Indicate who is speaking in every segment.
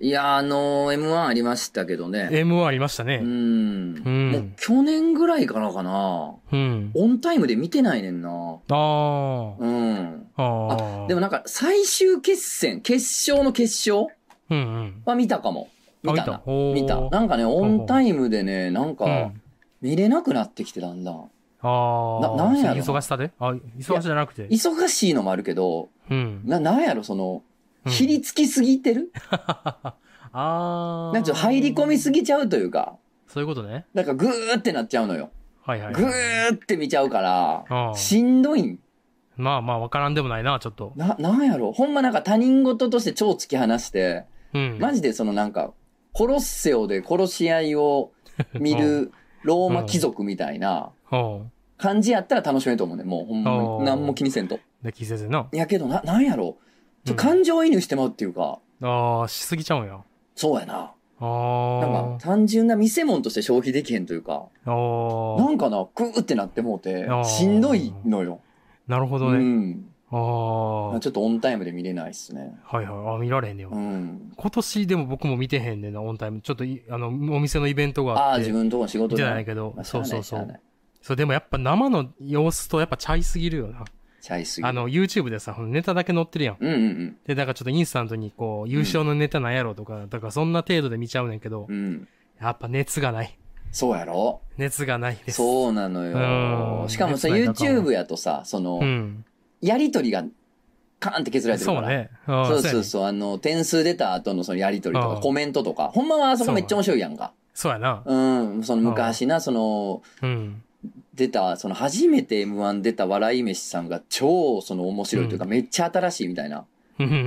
Speaker 1: いや、あのー、M1 ありましたけどね。
Speaker 2: M はありました
Speaker 1: う
Speaker 2: ね。
Speaker 1: ん。
Speaker 2: うん
Speaker 1: もう去年ぐらいからかな。
Speaker 2: うん。
Speaker 1: オンタイムで見てないねんな。
Speaker 2: あ
Speaker 1: うん。
Speaker 2: あ。ああ。
Speaker 1: でも
Speaker 2: な、
Speaker 1: なんか最終決戦、決勝の決勝
Speaker 2: うんうん。
Speaker 1: は見たかも。見たな
Speaker 2: あ。おー
Speaker 1: 見た。なんかね、オンタイムでね、なん
Speaker 2: う
Speaker 1: か
Speaker 2: ん
Speaker 1: 見れなくなってきてだんだん。
Speaker 2: ああ。
Speaker 1: ななんやろ
Speaker 2: 忙しさであ、忙しさじゃなくて。
Speaker 1: 忙しいのもあるけど、
Speaker 2: うん。
Speaker 1: な、なんやろ、その、
Speaker 2: うん
Speaker 1: ひりつきすぎてる、
Speaker 2: ああ。
Speaker 1: なんちょっと入り込みすぎちゃうというか、
Speaker 2: そういうことね。
Speaker 1: なんかグーってなっちゃうのよ。
Speaker 2: はいはいはい。
Speaker 1: グーって見ちゃうから、
Speaker 2: ああ
Speaker 1: しんどいん。
Speaker 2: まあまあ、わからんでもないな、ちょっと。
Speaker 1: な、なんやろ。ほんまなんか他人事として超突き放して、
Speaker 2: うん。
Speaker 1: マジでそのなんか、コロッセオで殺し合いを見るローマ貴族みたいな
Speaker 2: おう
Speaker 1: 感じやったら楽しめると思うね。もうほんま
Speaker 2: お
Speaker 1: に
Speaker 2: ー
Speaker 1: 何も気にせんと。
Speaker 2: で、気せずな。
Speaker 1: いやけどな、なんやろ。ちょ
Speaker 2: うん
Speaker 1: 感情移入してまうっていうか、
Speaker 2: ああ、しすぎちゃうんや。
Speaker 1: そうやな。
Speaker 2: あ
Speaker 1: なんか。
Speaker 2: あ
Speaker 1: 単純な見せ物として消費できへんというか、
Speaker 2: あ
Speaker 1: な
Speaker 2: あ。
Speaker 1: んかな、グーってなってもうて
Speaker 2: あー、
Speaker 1: しんどいのよ。
Speaker 2: なるほど
Speaker 1: う
Speaker 2: ね。
Speaker 1: ん。
Speaker 2: ああ。は
Speaker 1: ちょっとオンタイムで見れないっすね。
Speaker 2: いはい。あ見られへんねよ
Speaker 1: う。ん。
Speaker 2: 今年でも僕も見てへんねんな、オンタイム。ちょっとい、あの、お店のイベントが
Speaker 1: あ
Speaker 2: あ
Speaker 1: あー、
Speaker 2: って。
Speaker 1: 自分のとこの仕事
Speaker 2: じゃな
Speaker 1: ない
Speaker 2: いけど
Speaker 1: まあ。しゃ
Speaker 2: そ
Speaker 1: あ
Speaker 2: う
Speaker 1: な
Speaker 2: そ
Speaker 1: いうし
Speaker 2: そ
Speaker 1: ゃあ
Speaker 2: う
Speaker 1: な。い。
Speaker 2: そう、でもやっぱ生の様子とやっぱちゃいすぎるよな。
Speaker 1: ちゃいすぎ
Speaker 2: あ
Speaker 1: る。
Speaker 2: の、YouTube でさ、ネタだけ載ってるやん。
Speaker 1: うんうん
Speaker 2: で、だからちょっとインスタントにこう、優勝のネタなんやろとか、だからそんな程度で見ちゃうねんけど、
Speaker 1: うん。うん。
Speaker 2: やっぱ熱がない。
Speaker 1: そうやろ
Speaker 2: 熱がないです。う。
Speaker 1: そうなの
Speaker 2: う
Speaker 1: よ。
Speaker 2: ん
Speaker 1: しかもさ、
Speaker 2: 別に
Speaker 1: YouTube やとさ、その、
Speaker 2: うん。
Speaker 1: やりとりがカーンって削られてる
Speaker 2: そ
Speaker 1: か
Speaker 2: う
Speaker 1: ら。
Speaker 2: ね。あ
Speaker 1: そう
Speaker 2: や
Speaker 1: そう
Speaker 2: ね
Speaker 1: そう。あの、点数出た後のそのやりとりと
Speaker 2: う
Speaker 1: か、
Speaker 2: ん
Speaker 1: コメントとか。ほんまはあそこめっちゃ面白いやんか。
Speaker 2: そうやな。
Speaker 1: うん。その昔な、その、
Speaker 2: うん。
Speaker 1: 出た、その初めて M1 出た笑い飯さんが超その面白いというか、めっちゃ新しいみたいな。
Speaker 2: うん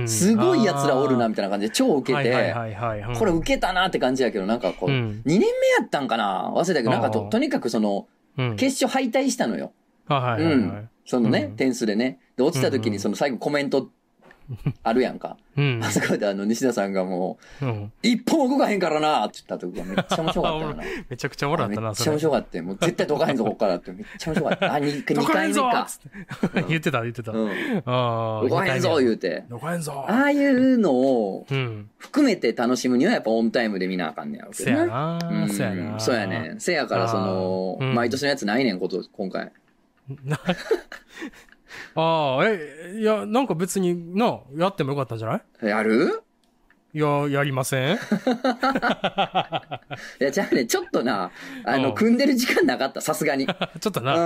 Speaker 1: すごい奴らおるな、みたいな感じで超ウケ
Speaker 2: はいはい
Speaker 1: て、
Speaker 2: はいはいうん
Speaker 1: これウケたなって感じやけど、なんかこう、
Speaker 2: う
Speaker 1: 2
Speaker 2: ん。
Speaker 1: 年目やったんかな忘れたけど、なんか
Speaker 2: あ
Speaker 1: と、
Speaker 2: ー
Speaker 1: とにかくその、
Speaker 2: うん。
Speaker 1: 決勝敗退したのよ。
Speaker 2: はいはいは
Speaker 1: う
Speaker 2: いはい
Speaker 1: ん。そのね
Speaker 2: う、ん
Speaker 1: 点数でね。で、落ちた時
Speaker 2: うんう
Speaker 1: に
Speaker 2: ん
Speaker 1: その最後コメント、あるやんか。
Speaker 2: うん
Speaker 1: あ。そこであの、西田さんがもう、
Speaker 2: うん。
Speaker 1: 一歩も動かへんからなって言った時がめっちゃ面白 かったよな。
Speaker 2: めちゃくちゃ笑っ
Speaker 1: めっ
Speaker 2: たな、
Speaker 1: ちゃ
Speaker 2: そ
Speaker 1: 面
Speaker 2: れ。
Speaker 1: 白かったよ。もう絶対どかへんぞ、こっからって。めっちゃ面白かった。あ、2,
Speaker 2: どこへ
Speaker 1: 回
Speaker 2: ん
Speaker 1: 目
Speaker 2: ぞ
Speaker 1: か。
Speaker 2: つって 言ってた、言ってた。
Speaker 1: うん。
Speaker 2: ああ。
Speaker 1: どかへんぞ、言
Speaker 2: う。
Speaker 1: うて。
Speaker 2: どこへんぞ
Speaker 1: ああいうのを
Speaker 2: うん。
Speaker 1: 含めて楽しむにはやっぱオンタイムで見なあかんねやろうけ
Speaker 2: せ
Speaker 1: ど
Speaker 2: や
Speaker 1: な。
Speaker 2: な
Speaker 1: うん、
Speaker 2: せやな
Speaker 1: そうやね。せやから、その、
Speaker 2: あーうん
Speaker 1: 毎年のやつないねん、こと、今回。
Speaker 2: ああ、え、いや、なんか別にな、やってもよかったんじゃない
Speaker 1: やる
Speaker 2: いや、やりません
Speaker 1: いや、じゃあね、ちょっとな、あ
Speaker 2: う
Speaker 1: の、
Speaker 2: ん
Speaker 1: 組んでる時間なかった、さすが に。うん。
Speaker 2: ちょっとな。
Speaker 1: あ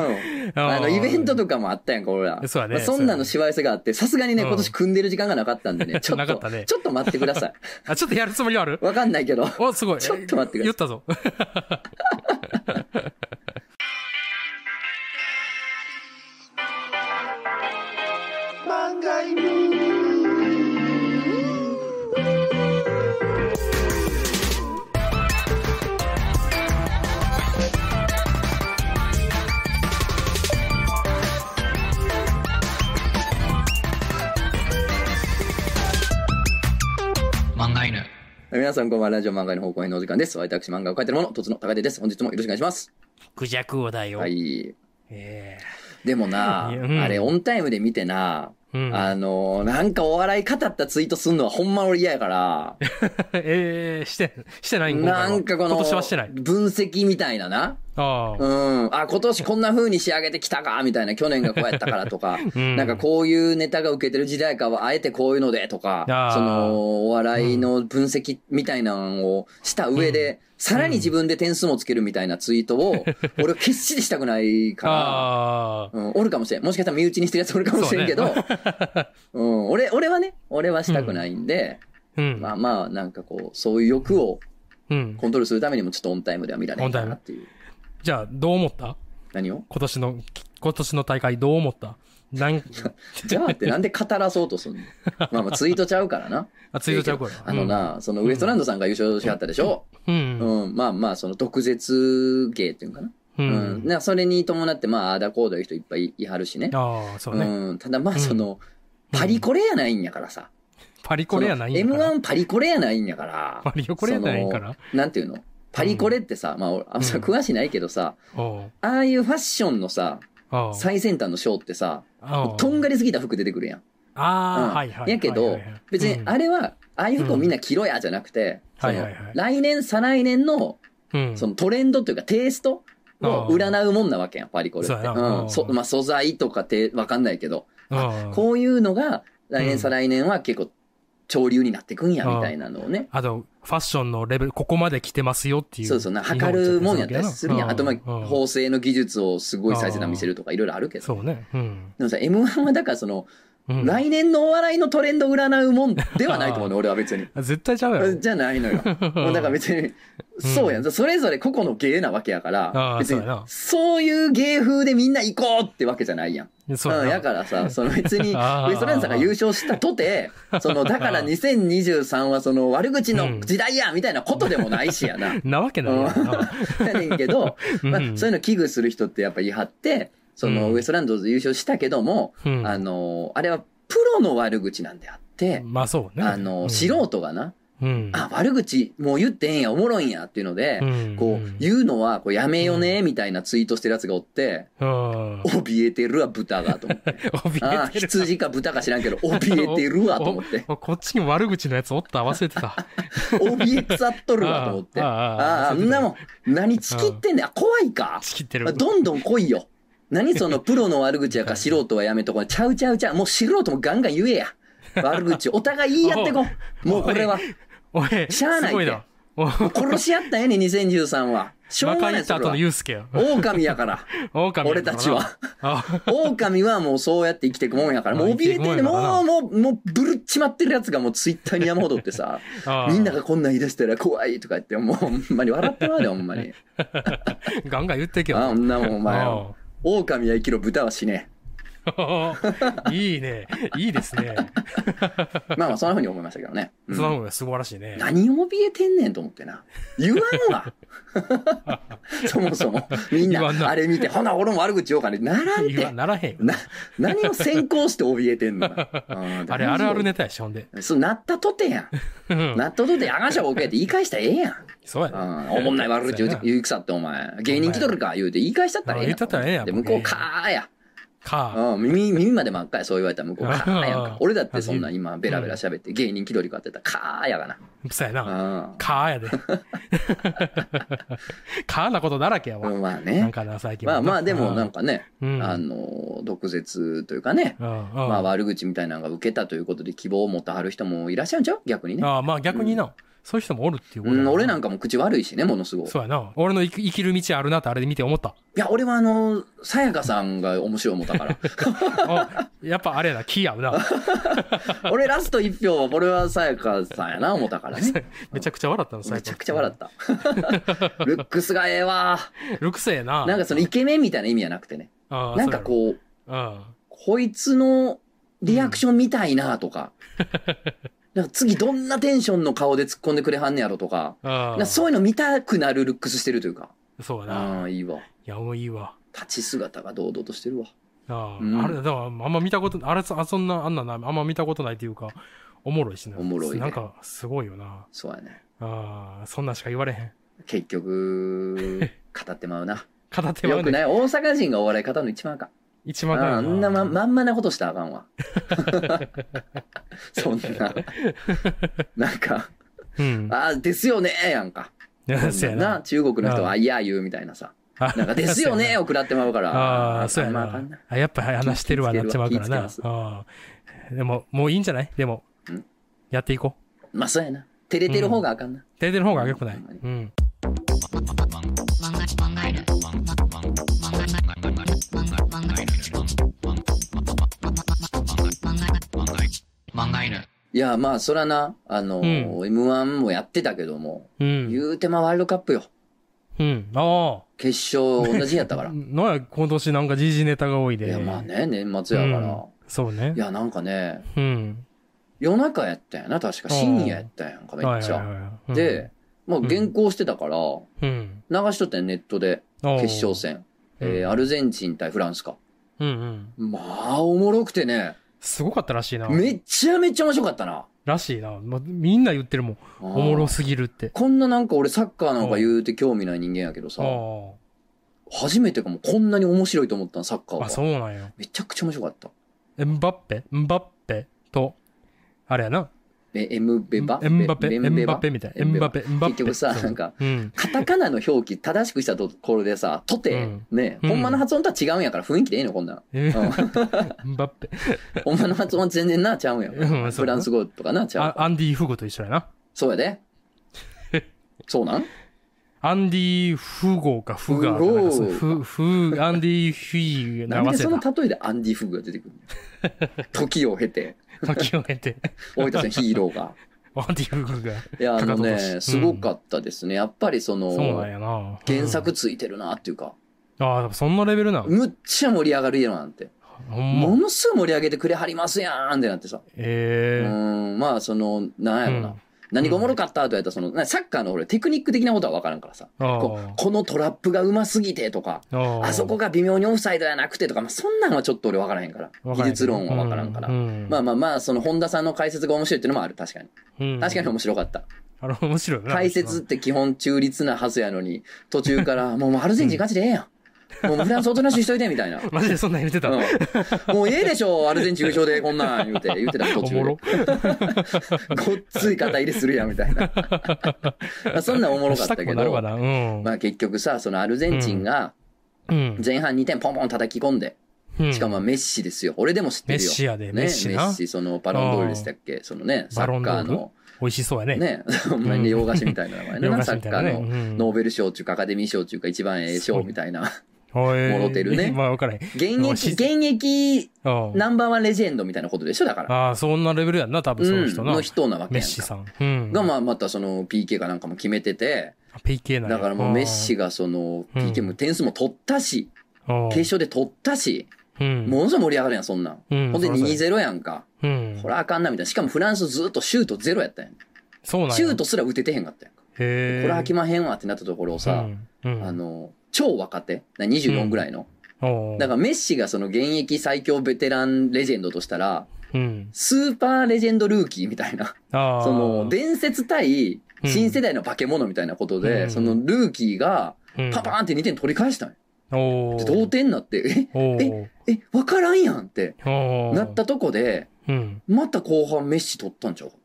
Speaker 1: の、イベントとかもあったやんか、俺ら。
Speaker 2: そうやね
Speaker 1: まあそんなのしわ寄せがあって、さすがにね、
Speaker 2: うん
Speaker 1: 今年組んでる時間がなかったんで ね、ちょっ
Speaker 2: なかっ
Speaker 1: と、
Speaker 2: たね
Speaker 1: ちょっと待ってください。
Speaker 2: あ、ちょっとやるつもりある
Speaker 1: わかんないけど。
Speaker 2: お、すごい。
Speaker 1: ちょっと待ってください
Speaker 2: 言ったぞ。
Speaker 3: 漫画犬。
Speaker 1: 皆さん、こんばんは。ラジオ漫画の方向へのお時間です。私、漫画を描いてる者、とつの高手です。本日もよろしくお願いします。
Speaker 2: クジャクをだよ。
Speaker 1: はい。
Speaker 2: え
Speaker 1: でもな、
Speaker 2: いやうん
Speaker 1: あれ、オンタイムで見てな、
Speaker 2: えうん。
Speaker 1: あの、なんかお笑い語ったツイートすんのはほんま俺嫌やから、
Speaker 2: ええ、して、してないん今回は
Speaker 1: なんかこの、
Speaker 2: 今年はしてない。
Speaker 1: 分析みたいなな、
Speaker 2: あ
Speaker 1: う
Speaker 2: あ。
Speaker 1: ん、あ、今年こんな風に仕上げてきたか、みたいな、去年がこうやったからとか、
Speaker 2: うん
Speaker 1: なんかこういうネタが受けてる時代かは、あえてこういうのでとか
Speaker 2: あー、
Speaker 1: その、お笑いの分析みたいなのをした上で、さらに自分で点数もつけるみたいなツイートを、俺は決してしたくないから、
Speaker 2: あ
Speaker 1: うん、おるかもしれん。もしかしたら身内にしてるやつおるかもしれんけど、う
Speaker 2: そ
Speaker 1: ん、俺、俺はね、俺はしたくないんで、
Speaker 2: あ。うん
Speaker 1: ま。あまあ、なんかこう、そういう欲を
Speaker 2: うん。
Speaker 1: コントロールするためにも、ちょっとオンタイムでは見られないかなっていう。
Speaker 2: じゃあ、どう思った
Speaker 1: 何を
Speaker 2: 今年の、き今年の大会どう思った なん、
Speaker 1: じゃあってなんで語らそうと すんのまあまあツイートちゃうからな。
Speaker 2: あ、ついちゃうこれ。
Speaker 1: あのな、そのウエストランドさんが優勝しはったでしょ、
Speaker 2: う。
Speaker 1: うん
Speaker 2: うん。
Speaker 1: ん、まあまあ、その毒舌芸っていうのかな。
Speaker 2: う
Speaker 1: うん。
Speaker 2: ん。
Speaker 1: なそれに伴って、まあ、あーだこうだいう人いっぱいいはるしね。
Speaker 2: ああ、そうね。
Speaker 1: うん。ただまあ、
Speaker 2: うん
Speaker 1: その、パリコレやないんやからさ。
Speaker 2: パリコレやないんや
Speaker 1: そ
Speaker 2: か
Speaker 1: の
Speaker 2: ら。
Speaker 1: M1 パリコレやないんやから。
Speaker 2: パリコレやないんやから
Speaker 1: そのなんていうのパリコレってさ、まあ、俺あんま詳しないけどさ、
Speaker 2: おう
Speaker 1: ああいうファッションのさ、
Speaker 2: おう
Speaker 1: 最先端のショーってさ、
Speaker 2: おう
Speaker 1: とんがりすぎた服出てくるやん。
Speaker 2: あ
Speaker 1: うん
Speaker 2: あ、はいはいはいはい。
Speaker 1: やけど、別に
Speaker 2: うん
Speaker 1: あれはああいう服をみんな着ろや、じゃなくて、そ
Speaker 2: はい
Speaker 1: の
Speaker 2: はいはい、
Speaker 1: 来年、再来年の、
Speaker 2: うん。
Speaker 1: そのトレンドというかテイストを占うもんなわけやん、パリコレって。
Speaker 2: そうやな
Speaker 1: うん。そまあ、素材とかってわかんないけど、
Speaker 2: うん
Speaker 1: こういうのが、来
Speaker 2: うん
Speaker 1: 年、再来年は結構、潮流になってくんや、みたいなのをね。
Speaker 2: あと、ファッションのレベル、ここまで来てますよっていう。
Speaker 1: そうそうな、測るもんやったりするやん。あと、まあ、
Speaker 2: う
Speaker 1: 縫製の技術をすごい最先端見せるとかいろいろあるけど。
Speaker 2: そうね。うん。
Speaker 1: でもさ、M1 はだからその、
Speaker 2: うん
Speaker 1: 来年のお笑いのトレンドを占うもんではないと思うね、俺は別に。
Speaker 2: あ絶対ちゃうやろ。
Speaker 1: じゃない のよ。もうだから別に、そうやん。それぞれ個々の芸なわけやか
Speaker 2: あ
Speaker 1: ら
Speaker 2: ー、
Speaker 1: 別に
Speaker 2: そうやな、
Speaker 1: そういう芸風でみんな行こうってわけじゃないやん。
Speaker 2: そうや
Speaker 1: うん、
Speaker 2: な
Speaker 1: やから さ、その別に、ウエ
Speaker 2: あー
Speaker 1: ストランドさんが優勝したとて、その、だ から2023はその悪口の時代やみたいなことでもないしやな。
Speaker 2: なわけないやろな。
Speaker 1: やねんけど、
Speaker 2: う ん
Speaker 1: まあ、そういうの危惧する人ってやっぱ言い張って、その、
Speaker 2: うん
Speaker 1: ウエストランドで優勝したけども、
Speaker 2: うん
Speaker 1: あの、あれはプロの悪口なんであって、
Speaker 2: まあそうね。
Speaker 1: あの、
Speaker 2: うん
Speaker 1: 素人がな、
Speaker 2: うん。
Speaker 1: あ、悪口もう言ってええんや、おもろいんやっていうので、
Speaker 2: ん
Speaker 1: こう、言うのは、こう、やめよね、みたいなツイートしてるやつがおって、
Speaker 2: うん。
Speaker 1: 怯えてるわ、豚が、と思って。あ
Speaker 2: 怯
Speaker 1: あ、
Speaker 2: えてる。
Speaker 1: 羊か豚か知らんけど、怯えてるわ、と思 って。
Speaker 2: おおこっちに悪口のやつおった、忘れてた。
Speaker 1: 怯え腐っとるわ、と思って。
Speaker 2: あ
Speaker 1: あ
Speaker 2: あああ
Speaker 1: あ、あんなもん、何チキってんねん。あ、怖いか。
Speaker 2: 仕切ってる。
Speaker 1: どんどん来いよ。何そ のプロの悪口やから素人はやめとこう。ちゃうちゃうちゃう。もう素人もガンガン言えや。悪口、お互い言い合って こう。もうこれは、
Speaker 2: おい、
Speaker 1: しゃあないって
Speaker 2: すごいな。お
Speaker 1: 殺し合ったんやねん、2013は。しょう
Speaker 2: 中
Speaker 1: がな
Speaker 2: 行
Speaker 1: い、
Speaker 2: っ
Speaker 1: そ
Speaker 2: た
Speaker 1: れ
Speaker 2: 後の
Speaker 1: は。
Speaker 2: ユースケや。
Speaker 1: 狼やから。
Speaker 2: 狼や
Speaker 1: 俺
Speaker 2: った
Speaker 1: た
Speaker 2: か
Speaker 1: ち
Speaker 2: らな
Speaker 1: は。
Speaker 2: あ
Speaker 1: 狼はもうそうやって生きていくもんやから。もう怯えてんねん。もう、もう、もう、ぶるっちまってるやつがもうツイッターに山ほどってさ。
Speaker 2: あ
Speaker 1: みんながこんなん言い出したら怖いとか言って、もうほんまに笑ってまうで、ほんま に。
Speaker 2: ガンガン言ってけよ。
Speaker 1: あんなもんお前
Speaker 2: あ
Speaker 1: は。狼は生きろ、豚は死 ね。
Speaker 2: あ いいね。いいですね。
Speaker 1: まあまあ、そんな風に思いましたけどね。うん
Speaker 2: スワンが素晴らしいね。
Speaker 1: 何を怯えてんねんと思ってな。言わん わ。そもそも。みん
Speaker 2: 言わんな
Speaker 1: な、あれ見て、ほな、俺も悪口言おうかね。ならん
Speaker 2: 言わ
Speaker 1: て。
Speaker 2: ならへんよ。
Speaker 1: な、何を先行して怯えてんのな。うん
Speaker 2: あれ、あるある。ネタやし、ほんで。
Speaker 1: そう、なったとてや
Speaker 2: うん
Speaker 1: ん。なったとて、あがしゃぼけって言い返したらええやん。
Speaker 2: そうや
Speaker 1: う
Speaker 2: な。
Speaker 1: ん、おもんない悪口言うて言いくさって、お前。芸人気取るか言うて言い返したったらええやん。
Speaker 2: 言いたったらええやん
Speaker 1: で、向こうかーや。
Speaker 2: か。
Speaker 1: うん、耳、耳まで真っ赤や、そう言われたら向こうかーやん
Speaker 2: あー
Speaker 1: か。俺だってそんな今、ベラベラ喋って、芸人気取りかって言ったらかーやがな。
Speaker 2: そうやな。
Speaker 1: うん。
Speaker 2: かー やで。かーなことだらけやわ。
Speaker 1: まあ
Speaker 2: なん
Speaker 1: ね。
Speaker 2: かな、最近。
Speaker 1: まあまあでもなんかね、
Speaker 2: うん、
Speaker 1: あの、毒舌というかね、
Speaker 2: うん、うん
Speaker 1: まあ悪口みたいなのが受けたということで希望を持ってはる人もいらっしゃるんちゃう逆にね。
Speaker 2: ああまあ逆にな、そういう人もおるっていうこ
Speaker 1: う
Speaker 2: とや
Speaker 1: ん、俺なんかも口悪いしね、ものすごい。い
Speaker 2: そうやな。俺の生き生きる道あるなってあれで見て思った。
Speaker 1: や、俺はあの、さやかさんが面白い思った から。
Speaker 2: あやっぱあれやな、気合うな。
Speaker 1: 俺ラスト一票は、これはさやかさんやな、思ったからね。
Speaker 2: めちゃくちゃ笑ったの、最
Speaker 1: め
Speaker 2: 後
Speaker 1: ちゃくちゃ笑った。 ルックスがええわ。
Speaker 2: ルクセやな。
Speaker 1: なんかそのイケメンみたいな意味じゃなくてね。
Speaker 2: ああ
Speaker 1: なんかこう、
Speaker 2: そうやろ
Speaker 1: こいつのリアクション見たいなとか。なんか次どんなテンションの顔で突っ込んでくれはんねやろとか。
Speaker 2: うん。あ
Speaker 1: なん
Speaker 2: あ
Speaker 1: かそういうの見たくなるルックスしてるというか。
Speaker 2: そうやな。
Speaker 1: ああ、いいわ。
Speaker 2: いや、もういいわ。
Speaker 1: 立ち姿が堂々としてるわ。
Speaker 2: あ,、
Speaker 1: うん
Speaker 2: あれ、だからあんま見たこと、あれ、あそんな、あんなな、あんま見たことないというか、おもろいしな。
Speaker 1: おもろいね
Speaker 2: なんか、すごいよな。
Speaker 1: そうやね。
Speaker 2: ああ、そんなんしか言われへん。
Speaker 1: 結 局、語ってまうな。
Speaker 2: 片手
Speaker 1: よ
Speaker 2: は
Speaker 1: くな
Speaker 2: ね、
Speaker 1: い。大阪人がお笑い方の一番あかん。
Speaker 2: 一
Speaker 1: あ
Speaker 2: 番
Speaker 1: ああんなま
Speaker 2: ま
Speaker 1: まんまなことしたらあかんわ。 そんな。なんか、
Speaker 2: うん。
Speaker 1: ああ、ですよねやんか。
Speaker 2: そうや
Speaker 1: な
Speaker 2: な。
Speaker 1: 中国の人
Speaker 2: う
Speaker 1: は、
Speaker 2: ん
Speaker 1: いや言うみたいなさ。
Speaker 2: あ
Speaker 1: なんか、ですよ ねを食らってまうから。
Speaker 2: ああ、そうや
Speaker 1: んまあかん
Speaker 2: な。あやっぱ話してるわ、
Speaker 1: 気
Speaker 2: な
Speaker 1: ぃ
Speaker 2: っ
Speaker 1: つけ
Speaker 2: ち
Speaker 1: る
Speaker 2: ま
Speaker 1: わ
Speaker 2: うから
Speaker 1: 気
Speaker 2: な
Speaker 1: ぃつ。け
Speaker 2: ああでも、もういいんじゃないでも
Speaker 1: ん、
Speaker 2: やっていこう。
Speaker 1: まあそうやな。照れてる方があかんな。
Speaker 2: 出てる方が良くない。うん。
Speaker 1: いや、まあそらな、あのー、M1 もやってたけども、
Speaker 2: うん。
Speaker 1: 言うてまワールドカップよ。
Speaker 2: うん。あ
Speaker 1: 決勝同じやったか
Speaker 2: あ。
Speaker 1: ら。
Speaker 2: なんや、今年なんか時事ネタが多いで。
Speaker 1: いや、まあね、年末やから。
Speaker 2: うんそうね
Speaker 1: い。や、なんかね、
Speaker 2: うん。
Speaker 1: 夜中やったんやな、確か。深夜やったんやんか、めっち
Speaker 2: はいは
Speaker 1: ゃ。
Speaker 2: いはい、
Speaker 1: で、まあ原稿してたから、
Speaker 2: うん、うん。
Speaker 1: 流しとったんやネットで、
Speaker 2: おう
Speaker 1: 決勝。戦。
Speaker 2: うん
Speaker 1: えーアルゼンチン対フランスか。
Speaker 2: うんうん。
Speaker 1: まあ、おもろくてね、
Speaker 2: すごかったらしいな。
Speaker 1: めちゃめちゃ面白かったな。
Speaker 2: らしいな。まみんな言ってるもん。
Speaker 1: お
Speaker 2: おもろすぎるって。
Speaker 1: こんななんか俺サッカーなんか言うて興味ない人間やけど
Speaker 2: あ
Speaker 1: さ、初めてかもこんなに面白いと思ったの、サッカー
Speaker 2: あ。
Speaker 1: が
Speaker 2: あ、。そうなんや。
Speaker 1: めちゃくちゃ面白かった。
Speaker 2: エムバッペエムバッペと、あれやな。
Speaker 1: え、エムベバ
Speaker 2: エンバペ、
Speaker 1: ベ
Speaker 2: エ
Speaker 1: ベベ
Speaker 2: ン
Speaker 1: バ
Speaker 2: バペみたいな。エンバペ、エンバペ。
Speaker 1: 結局さ
Speaker 2: そう
Speaker 1: なんか
Speaker 2: うん。
Speaker 1: カタカナの表記正しくしたところでさ、とて、
Speaker 2: うん
Speaker 1: ね、
Speaker 2: うん
Speaker 1: ほんまの発音とは違うんやから雰囲気でええの、こ んなん。
Speaker 2: エ
Speaker 1: うん
Speaker 2: ンバペ。
Speaker 1: ほんまの発音は全然な、ちゃうんや
Speaker 2: うんそうやな
Speaker 1: フランス語とかな、ちゃう
Speaker 2: あアンディ・フグと一緒やな。
Speaker 1: そうや で。そうなん
Speaker 2: アンディ・フゴかフガーか
Speaker 1: フゴー
Speaker 2: なんかそうフ、フ、アンディ・フィーな
Speaker 1: なん
Speaker 2: 忘
Speaker 1: でその
Speaker 2: れた。
Speaker 1: 例えでアンディ・フグが出てくる の時を経て、
Speaker 2: 時を経て、
Speaker 1: 大分さんヒーローが。
Speaker 2: アンディ・フグが。
Speaker 1: いや、あの
Speaker 2: かかと落
Speaker 1: ね、
Speaker 2: とし
Speaker 1: すごかったですね。やっぱりそ
Speaker 2: そうなん
Speaker 1: の、
Speaker 2: やな。
Speaker 1: 原作ついてるなっていうか、
Speaker 2: うん。ああ、そんなレベルなの
Speaker 1: むっちゃ盛り上がるやなんて。
Speaker 2: ほん
Speaker 1: も
Speaker 2: ま。
Speaker 1: のすごい盛り上げてくれはりますやんってなってさ。う
Speaker 2: え
Speaker 1: ん、まあその、なん
Speaker 2: え。
Speaker 1: やろな。何がおもろかったと言われたら、その、なサッカーの俺、テクニック的なことは分からんからさ。こう
Speaker 2: あ
Speaker 1: このトラップがうますぎてとか、
Speaker 2: あ
Speaker 1: あそこが微妙にオフサイドやなくてとか、まあ、そんなんはちょっと俺分からへんから。技術論は分からんから。まあまあまあ、その本田さんの解説が面白いっていうのもある、確かに。確かに面白かった。
Speaker 2: あの、面白いよな。
Speaker 1: 解説って基本中立なはずやのに、途中 から、もうアルゼンチン勝ちでええやん。もうフランスおとなしいしといて、みたい な。
Speaker 2: マジでそんなん言ってた。
Speaker 1: うん、もうええでしょ、アルゼンチン優勝でこんなん言うて、言うてた途
Speaker 2: お
Speaker 1: 中
Speaker 2: も
Speaker 1: で。
Speaker 2: ろ。
Speaker 1: ごっつい肩入れするやん、みたい な。そんなんおもろかっ
Speaker 2: した
Speaker 1: た
Speaker 2: く
Speaker 1: け
Speaker 2: も
Speaker 1: ど。
Speaker 2: なるわな。うん
Speaker 1: ま。あ結局さ、そのアルゼンチンが
Speaker 2: うん
Speaker 1: 前半2点ポンポン叩き込んで、
Speaker 2: うん
Speaker 1: しかもまあメッシですよ。俺でも知ってる
Speaker 2: メ
Speaker 1: よ。
Speaker 2: ッシやで、
Speaker 1: ね、
Speaker 2: メ
Speaker 1: メッ
Speaker 2: ッシな。
Speaker 1: シ、そのバロンドールでしたっけそのね、サ
Speaker 2: バロ
Speaker 1: ッ
Speaker 2: ンド
Speaker 1: カー
Speaker 2: ール
Speaker 1: の、
Speaker 2: 美味しそうやね。
Speaker 1: ね、ほんまにね洋菓子みたいな名前
Speaker 2: 洋
Speaker 1: ね、
Speaker 2: 菓
Speaker 1: サ
Speaker 2: 子み
Speaker 1: ッ
Speaker 2: たい
Speaker 1: カ
Speaker 2: なね
Speaker 1: ーの
Speaker 2: うん
Speaker 1: ノーベル賞中かアカデミー賞中か一番ええ賞みたいな。
Speaker 2: おい
Speaker 1: もろてるね
Speaker 2: まあ分からへん。
Speaker 1: 現
Speaker 2: もう
Speaker 1: 役、
Speaker 2: し
Speaker 1: 現役
Speaker 2: うん
Speaker 1: ナンバーワンレジェンドみたいなことでしょだから。
Speaker 2: ああ、そんなレベルやんな、多
Speaker 1: う
Speaker 2: 分その
Speaker 1: ん、
Speaker 2: 人な
Speaker 1: の。人なわけ
Speaker 2: メ
Speaker 1: や
Speaker 2: ッ
Speaker 1: ん
Speaker 2: シ
Speaker 1: か。
Speaker 2: さん。うん。
Speaker 1: が、まあ、またその PK かなんかも決めてて、
Speaker 2: あ、PK なんや
Speaker 1: だからもうメッシがその PK
Speaker 2: う
Speaker 1: も
Speaker 2: ん
Speaker 1: 点数も取ったし、
Speaker 2: あー
Speaker 1: 決勝で取ったし、
Speaker 2: うん。
Speaker 1: ものすごい盛り上がるやん、そんなん。
Speaker 2: うん、
Speaker 1: ほんで
Speaker 2: そらそうや
Speaker 1: 2-0やんか。
Speaker 2: うん。
Speaker 1: ほらあかんなみたいな。しかもフランスずっとシュートゼロやったやん。
Speaker 2: そうなんや
Speaker 1: シュートすら打ててへんかったやんか。
Speaker 2: へえ。
Speaker 1: これあきまへんわってなったところをさ、
Speaker 2: うん、うん
Speaker 1: あ、の、超若手、な24ぐらいの。
Speaker 2: おー
Speaker 1: だからメッシがその現役最強ベテランレジェンドとしたら、
Speaker 2: うん。
Speaker 1: スーパーレジェンドルーキーみたいな、
Speaker 2: ああ。
Speaker 1: その伝説対
Speaker 2: うん
Speaker 1: 新世代の化け物みたいなことで、
Speaker 2: うん
Speaker 1: そのルーキーが
Speaker 2: うん、
Speaker 1: パパーンって2点取り返したんよ。
Speaker 2: お
Speaker 1: で
Speaker 2: ー
Speaker 1: 同点になって、
Speaker 2: おー
Speaker 1: え、え、わからんやんって
Speaker 2: おー
Speaker 1: なったとこで、
Speaker 2: うん。
Speaker 1: また後半メッシ取ったんちゃうか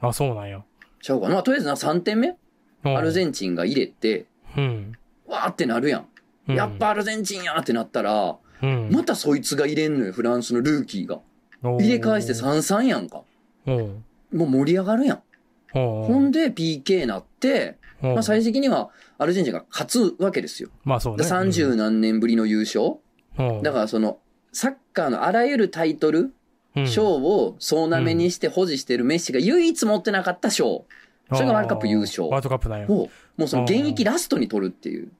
Speaker 1: と。
Speaker 2: あ、そうなんや。
Speaker 1: ちゃうかな。まあ、とりあえずな、3点目アルゼ
Speaker 2: ン
Speaker 1: ンチンが入れて、
Speaker 2: チン。
Speaker 1: わーってなるやん。
Speaker 2: うん。
Speaker 1: やっぱアルゼンチンやーってなったら、
Speaker 2: うん、
Speaker 1: またそいつが入れんのよ、フランスのルーキーが。
Speaker 2: おー
Speaker 1: 入れ返して3-3やんか。
Speaker 2: うん。
Speaker 1: もう盛り上がるやん。ほ
Speaker 2: ほ
Speaker 1: んで PK なって、ま
Speaker 2: ま
Speaker 1: あ、最終的にはアルゼンチンが勝つわけですよ。
Speaker 2: まあそう
Speaker 1: で
Speaker 2: ね。
Speaker 1: 30何年ぶりの優勝。
Speaker 2: うん、
Speaker 1: だからその、サッカーのあらゆるタイトル、
Speaker 2: ら
Speaker 1: 賞を総なめにして保持してるメッシが唯一持ってなかった賞それがワールドカップ優勝
Speaker 2: ワールドカップなんや
Speaker 1: を、。もうその現役ラストに取るっていう。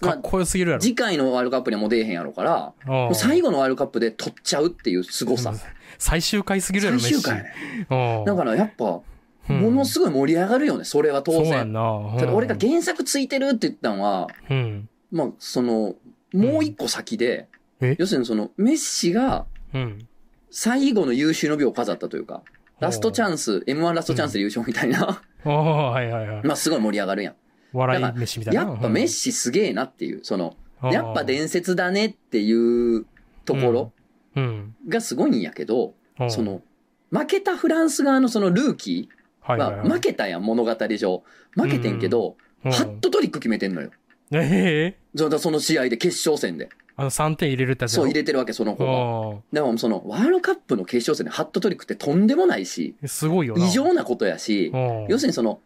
Speaker 2: かっこよすぎるやろ。
Speaker 1: 次回のワールドカップにはもう出えへんやろから、もう最
Speaker 2: 後
Speaker 1: 後のワールドカップで取っちゃうっていう凄さ。
Speaker 2: 最終回すぎるやろ、
Speaker 1: 最
Speaker 2: メッシ。
Speaker 1: 終回やね。
Speaker 2: うん。
Speaker 1: だからやっぱ、も
Speaker 2: うん
Speaker 1: のすごい盛り上がるよね、それは当
Speaker 2: そうやん
Speaker 1: 然。
Speaker 2: な。うん
Speaker 1: ただ俺が原作ついてるって言ったのは、
Speaker 2: うん。
Speaker 1: まあ、その、もう一個先で、
Speaker 2: うんえ
Speaker 1: 要するにその、メッシが
Speaker 2: うん。
Speaker 1: 最後の優秀の美を飾ったというか、ラストチ
Speaker 2: ン
Speaker 1: ャンス、M1 ラストチャンスで優勝みたいな、
Speaker 2: ス。おーはいはいはい。
Speaker 1: まあすごい盛り上がるやん。
Speaker 2: 笑い飯みたいな。
Speaker 1: やっぱメッシすげえなっていう、その、
Speaker 2: うん、
Speaker 1: やっぱ伝説だねっていうところ
Speaker 2: うん、
Speaker 1: がすごいんやけど、
Speaker 2: うん。
Speaker 1: その、負けたフランス側のそのルーキ
Speaker 2: は
Speaker 1: ー
Speaker 2: いはいは、
Speaker 1: はい負けたやん、物語上。負けてんけど、
Speaker 2: うん
Speaker 1: ハットトリック決めてんのよ。
Speaker 2: ええ
Speaker 1: そのその試合で決勝戦で。
Speaker 2: あの3点入れるってやつ
Speaker 1: そう入
Speaker 2: れ
Speaker 1: れてるわけ、その子が。
Speaker 2: お
Speaker 1: だからその、ワールドカップの決勝戦でハットトリックってとんでもないし、
Speaker 2: ーすごいよな。
Speaker 1: 異常なことやし、要するにその、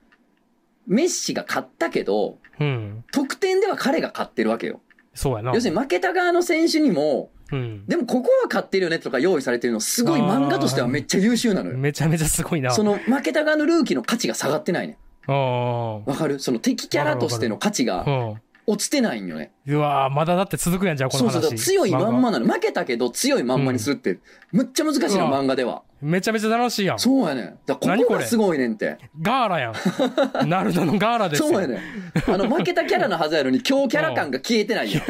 Speaker 1: メッシが勝ったけど、
Speaker 2: るに。うん。
Speaker 1: 得点では彼が勝ってるわけよ。
Speaker 2: そうやな。
Speaker 1: 要するに負けた側の選手にも、
Speaker 2: うん。
Speaker 1: でもここは勝ってるよねとか用意されてるの、すごい漫画としてはめっちゃ優秀なのよ。
Speaker 2: めちゃめちゃすごいな。
Speaker 1: その負けた側のルーキーの価値が下がってないね。
Speaker 2: おー
Speaker 1: わかるその敵キャラとしての価値が
Speaker 2: うん。
Speaker 1: 落ちてないんよね。
Speaker 2: うわーまだだって続くやんじゃん、こ
Speaker 1: そ
Speaker 2: の
Speaker 1: うそう、
Speaker 2: 話。
Speaker 1: だから強いまん
Speaker 2: 漫
Speaker 1: ま
Speaker 2: 画
Speaker 1: なの。負けたけど強いまんまにするって、むっちゃ難しいの、
Speaker 2: うわ
Speaker 1: 漫画では。
Speaker 2: めちゃめちゃ楽しいやん。
Speaker 1: そうやねん。だから
Speaker 2: 何
Speaker 1: こ
Speaker 2: こ
Speaker 1: こ
Speaker 2: れ
Speaker 1: がすごいねんって。
Speaker 2: ガーラや ん。ナルドのガーラですよ。
Speaker 1: そうや ねん。あの、負けたキャラのはずやのに、今日キャラ感が消えてないよ。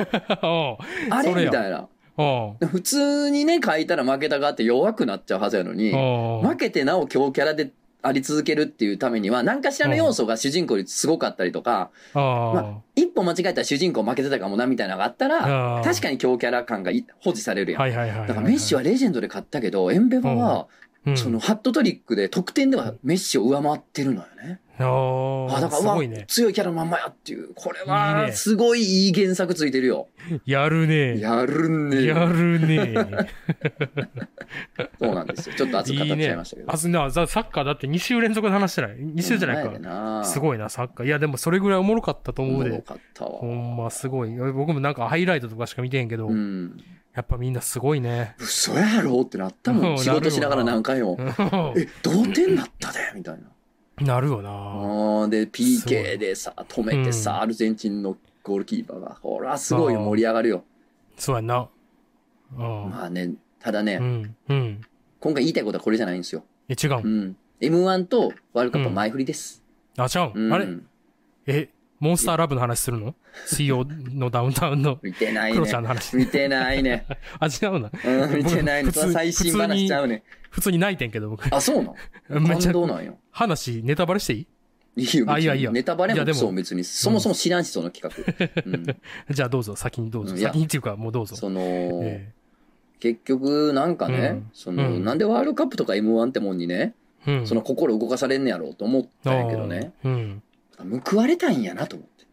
Speaker 2: お
Speaker 1: あれ
Speaker 2: それや
Speaker 1: みたいな。
Speaker 2: うお
Speaker 1: 普通にね、書いたら負けた側って弱くなっちゃうはずやのに
Speaker 2: う、おう
Speaker 1: 負けてなお強キャラであり続けるっていうためには、何かしらの要素が主人公にすごかったりとか、
Speaker 2: お
Speaker 1: ま一歩間違えたら主人公負けてたかもなみたいなのがあったら、
Speaker 2: う
Speaker 1: 確
Speaker 2: か
Speaker 1: かに強キャラ感がい保持される
Speaker 2: に
Speaker 1: やん。
Speaker 2: はいはいはいはい。
Speaker 1: だからメッシはレジェンドで勝ったけど、エンベバは
Speaker 2: うん
Speaker 1: そのハットトリックで得点ではメッシを上回ってるのよね。
Speaker 2: あ
Speaker 1: あ、だ
Speaker 2: あ、
Speaker 1: から、
Speaker 2: す
Speaker 1: うわ
Speaker 2: ごいね。
Speaker 1: 強いキャラのまんまやっていう。これ
Speaker 2: いいね
Speaker 1: は、すごいいい原作ついてるよ。
Speaker 2: やるね。
Speaker 1: やるね。
Speaker 2: やるね。
Speaker 1: そうなんですよ。ちょっ と熱く語っち
Speaker 2: いい
Speaker 1: ゃい
Speaker 2: ね
Speaker 1: ましたけ。ど。
Speaker 2: あ、すな、ザサッカーだって2週連続で話してない。2週じゃないか。
Speaker 1: か
Speaker 2: す
Speaker 1: い。
Speaker 2: ごいな、サッカー。いや、でもそれぐらいおもろかったと
Speaker 1: お
Speaker 2: 思う
Speaker 1: も
Speaker 2: で
Speaker 1: ろ。かったわ
Speaker 2: ほ。んますごい。いや僕もなんかハイライトとかしか見てへんけど、
Speaker 1: うん。
Speaker 2: やっぱみんなすごい ね。
Speaker 1: 嘘やろってなったも
Speaker 2: うん
Speaker 1: ん。仕事しながら何回も。え、同点だったでみたいな。
Speaker 2: なるよな。
Speaker 1: うんで、
Speaker 2: そう
Speaker 1: PK でさ、止めて
Speaker 2: うん
Speaker 1: さ、アルゼンチンのゴールキーパーが。ほら、すごいよ盛り上がるよ。
Speaker 2: そうやんな。うん。
Speaker 1: まあね、ただね、
Speaker 2: うん。うん。
Speaker 1: 今回言いたいことはこれじゃないんですよ。
Speaker 2: え、違
Speaker 1: う
Speaker 2: うん。
Speaker 1: ん。M1 とワールドカップは前振りです。
Speaker 2: あ、ちゃ
Speaker 1: う
Speaker 2: うんん。あれえ、モンスターラブの話するの水曜のダウンタウンの
Speaker 1: 見てない
Speaker 2: クロちゃん
Speaker 1: ね。
Speaker 2: の話。
Speaker 1: 見てないね。
Speaker 2: あ、違うな。
Speaker 1: うん、見てないね。
Speaker 2: 僕
Speaker 1: それは最新
Speaker 2: 普通に
Speaker 1: 話ちゃうね。
Speaker 2: 普通に泣いてんけど、僕。
Speaker 1: あ、そうなの
Speaker 2: めっち
Speaker 1: 感
Speaker 2: ゃ
Speaker 1: 動なんよ。
Speaker 2: 話、ネタバレしていい
Speaker 1: いいよ、
Speaker 2: あいやい
Speaker 1: 別
Speaker 2: や
Speaker 1: に。ネタバレ
Speaker 2: いやで
Speaker 1: も
Speaker 2: も
Speaker 1: そう、別に。そもそも知らんし、その企 画。うん。
Speaker 2: じゃあどうぞ、先にどうぞ。
Speaker 1: うんいや
Speaker 2: 先にっていうか、もうどうぞ。
Speaker 1: その、
Speaker 2: え
Speaker 1: 結局、なんか
Speaker 2: う
Speaker 1: ね
Speaker 2: ん、
Speaker 1: その、
Speaker 2: うん
Speaker 1: なんでワールドカップとか M1 ってもんにね、
Speaker 2: えうん
Speaker 1: その心動かされんねやろうと思ったんやけどね。
Speaker 2: あーうん。
Speaker 1: 報われたいんやなと思って。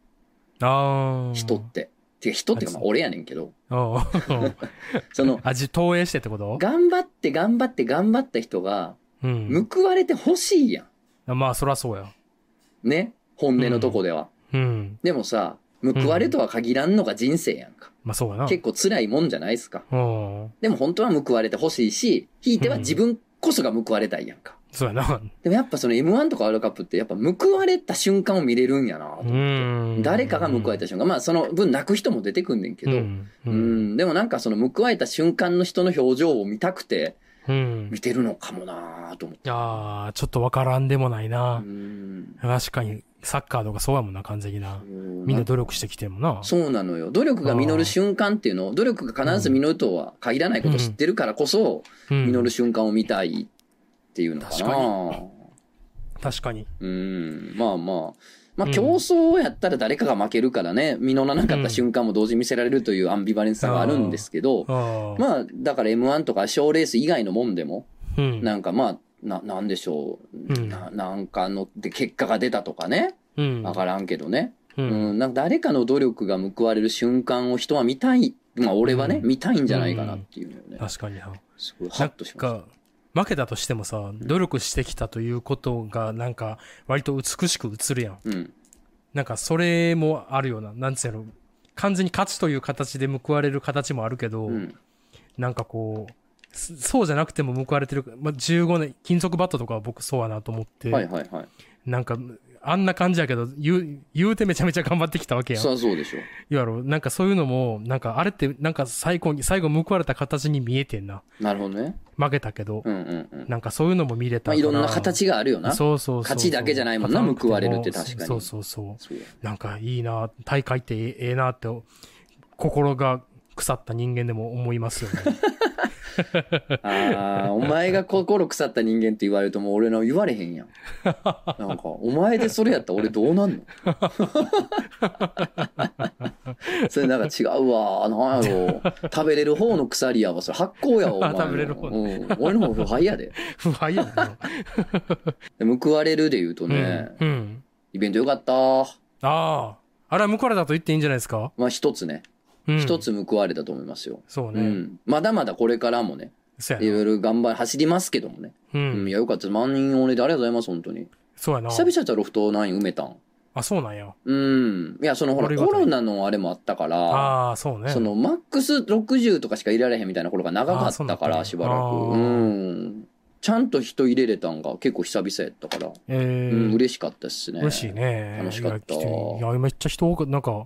Speaker 2: ああ。
Speaker 1: 人って。てか人っていうか、まあ俺やねんけど、
Speaker 2: あー
Speaker 1: そ の、
Speaker 2: 味投影してってこと
Speaker 1: 頑張って頑張って頑張った人が、
Speaker 2: うん。
Speaker 1: 報われてほしいや
Speaker 2: まあ、そらそうや。
Speaker 1: ん。ね。本音のとこでは。
Speaker 2: うん。
Speaker 1: でもさ、報われとは限らんのが人生やんか。
Speaker 2: まあ、そうやな。
Speaker 1: 結構辛いもんじゃないですか。
Speaker 2: 構。うん。
Speaker 1: でも本当は報われてほしいし、ひいては自分こそが報われたいやんか。
Speaker 2: そうやな。
Speaker 1: でもやっぱその M1 とかワールドカップってやっぱ報われた瞬間を見れるんやなと
Speaker 2: う
Speaker 1: 思って。
Speaker 2: ん。
Speaker 1: 誰かが報われ
Speaker 2: た
Speaker 1: た瞬間、まあその分泣く人も出てくんねんけ
Speaker 2: け
Speaker 1: ど、
Speaker 2: うん。う。
Speaker 1: うんん、でもなんかその報われた瞬間の人の表情を見たくて
Speaker 2: うん
Speaker 1: 見てるのかもなぁと思って。
Speaker 2: ああ、ちょっとわからんでもないうな。
Speaker 1: ん
Speaker 2: 確かに、サッカーとかそうやもんな、完全にな。みんな努力してきてもな。
Speaker 1: そうなのよ。努力が実る瞬間っていうのを、努力が必ず実るとは限らないことを知ってるからこそ、
Speaker 2: うん
Speaker 1: 実る瞬間を見たいっていうのか
Speaker 2: 確
Speaker 1: な。
Speaker 2: か
Speaker 1: うん、
Speaker 2: 確かに。
Speaker 1: まあまあ。まあ
Speaker 2: うん
Speaker 1: 競争やったら誰かが負けるからね、実らなかった瞬間も同時に見せられるというアンビバレンスさがあるんですけど、
Speaker 2: ああ。
Speaker 1: まあだから M1 とか賞レース以外のもんでも、
Speaker 2: うん。
Speaker 1: なんかまあ、な、なんでしょう。
Speaker 2: うん
Speaker 1: ななんかの、で、結果が出たとかね。
Speaker 2: うん。
Speaker 1: わからんけどね。
Speaker 2: う。
Speaker 1: うんん。なんか誰かの努力が報われる瞬間を人は見たい。まあ俺はね、
Speaker 2: うん
Speaker 1: 見たいんじゃないかなっていうのをね。
Speaker 2: 確かにな。
Speaker 1: すごいハ
Speaker 2: な
Speaker 1: ッ
Speaker 2: ん
Speaker 1: としまし
Speaker 2: か、負けたとしてもさ、努力してきたということが、なんか、割と美しく映るやん。
Speaker 1: た。うん。
Speaker 2: なんか、それもあるような、なんつうやろ。完全に勝ちという形で報われる形もあるけど、
Speaker 1: うん。
Speaker 2: なんかこう、そそうじゃなくても報われてる、まあ、15年、金属バットとかは僕そうやなと思って、
Speaker 1: はいはいはい。
Speaker 2: なんか、あんな感じやけど、言う、言うてめちゃめちゃ頑張ってきたわけやん。
Speaker 1: そりゃそうでしょ。
Speaker 2: いわゆる、なんかそういうのも、なんかあれって、なんか最後に、最後報われた形に見えてんな。
Speaker 1: なるほどね。
Speaker 2: 負けたけど、
Speaker 1: うんうんうん。
Speaker 2: なんかそういうのも見れた
Speaker 1: まあ
Speaker 2: から。
Speaker 1: いろんな形があるよな。そう
Speaker 2: そうそうそう。
Speaker 1: 勝ちだけじゃないもんな
Speaker 2: 勝たく
Speaker 1: 報われるって確かに
Speaker 2: そうそうそうそ
Speaker 1: そう
Speaker 2: う。なんかいいな、大会ってええええなって、心が腐った人間でも思いますよ ね。
Speaker 1: ああ、お前が心腐った人間って言われるともう俺の言われへんやん。なんか、お前でそれやったら俺どうなんの それなんか違うわ。なんやろう。食べれる方の鎖やわ。それ発酵やわ、お前 の。
Speaker 2: 食べれる方
Speaker 1: うん。俺の方腐敗やで。
Speaker 2: 不敗やな。
Speaker 1: で報われるで言うと
Speaker 2: うん
Speaker 1: ね、
Speaker 2: うん。
Speaker 1: イベントよかった。
Speaker 2: ああ。あれは報われたと言っていいんじゃないですか
Speaker 1: まあ一つね、
Speaker 2: うん
Speaker 1: 一。つ報われたと思いますよ。
Speaker 2: そ
Speaker 1: う
Speaker 2: うね。
Speaker 1: ん。まだまだこれからもね、
Speaker 2: そう
Speaker 1: い
Speaker 2: や
Speaker 1: ろ
Speaker 2: な。
Speaker 1: いろ頑張り、走りますけどもね。
Speaker 2: う
Speaker 1: うん。い
Speaker 2: ん。
Speaker 1: や、よかった。万人おねでありがとうございます、本当に。
Speaker 2: そうやな。
Speaker 1: 久々やったらロフト9埋めたん。
Speaker 2: あ、そうなんや。
Speaker 1: うん。いや、そのほ
Speaker 2: あり
Speaker 1: ら、
Speaker 2: が
Speaker 1: コ
Speaker 2: たい
Speaker 1: ロナのあれもあったから、
Speaker 2: ああ、そうね。
Speaker 1: そのマックス60とかしか入れられへんみたいな頃が長か
Speaker 2: あー
Speaker 1: っ
Speaker 2: そうだ
Speaker 1: た
Speaker 2: った
Speaker 1: か
Speaker 2: ね
Speaker 1: ら、しばら
Speaker 2: あ
Speaker 1: く。
Speaker 2: ー
Speaker 1: うん。ちゃんと人入れれたんが結構久々やったから、
Speaker 2: えー
Speaker 1: うん、嬉しかったっすね。
Speaker 2: 嬉しい。ね。
Speaker 1: 楽しかった
Speaker 2: いや、来ていやめっちゃ人多かった。なんか、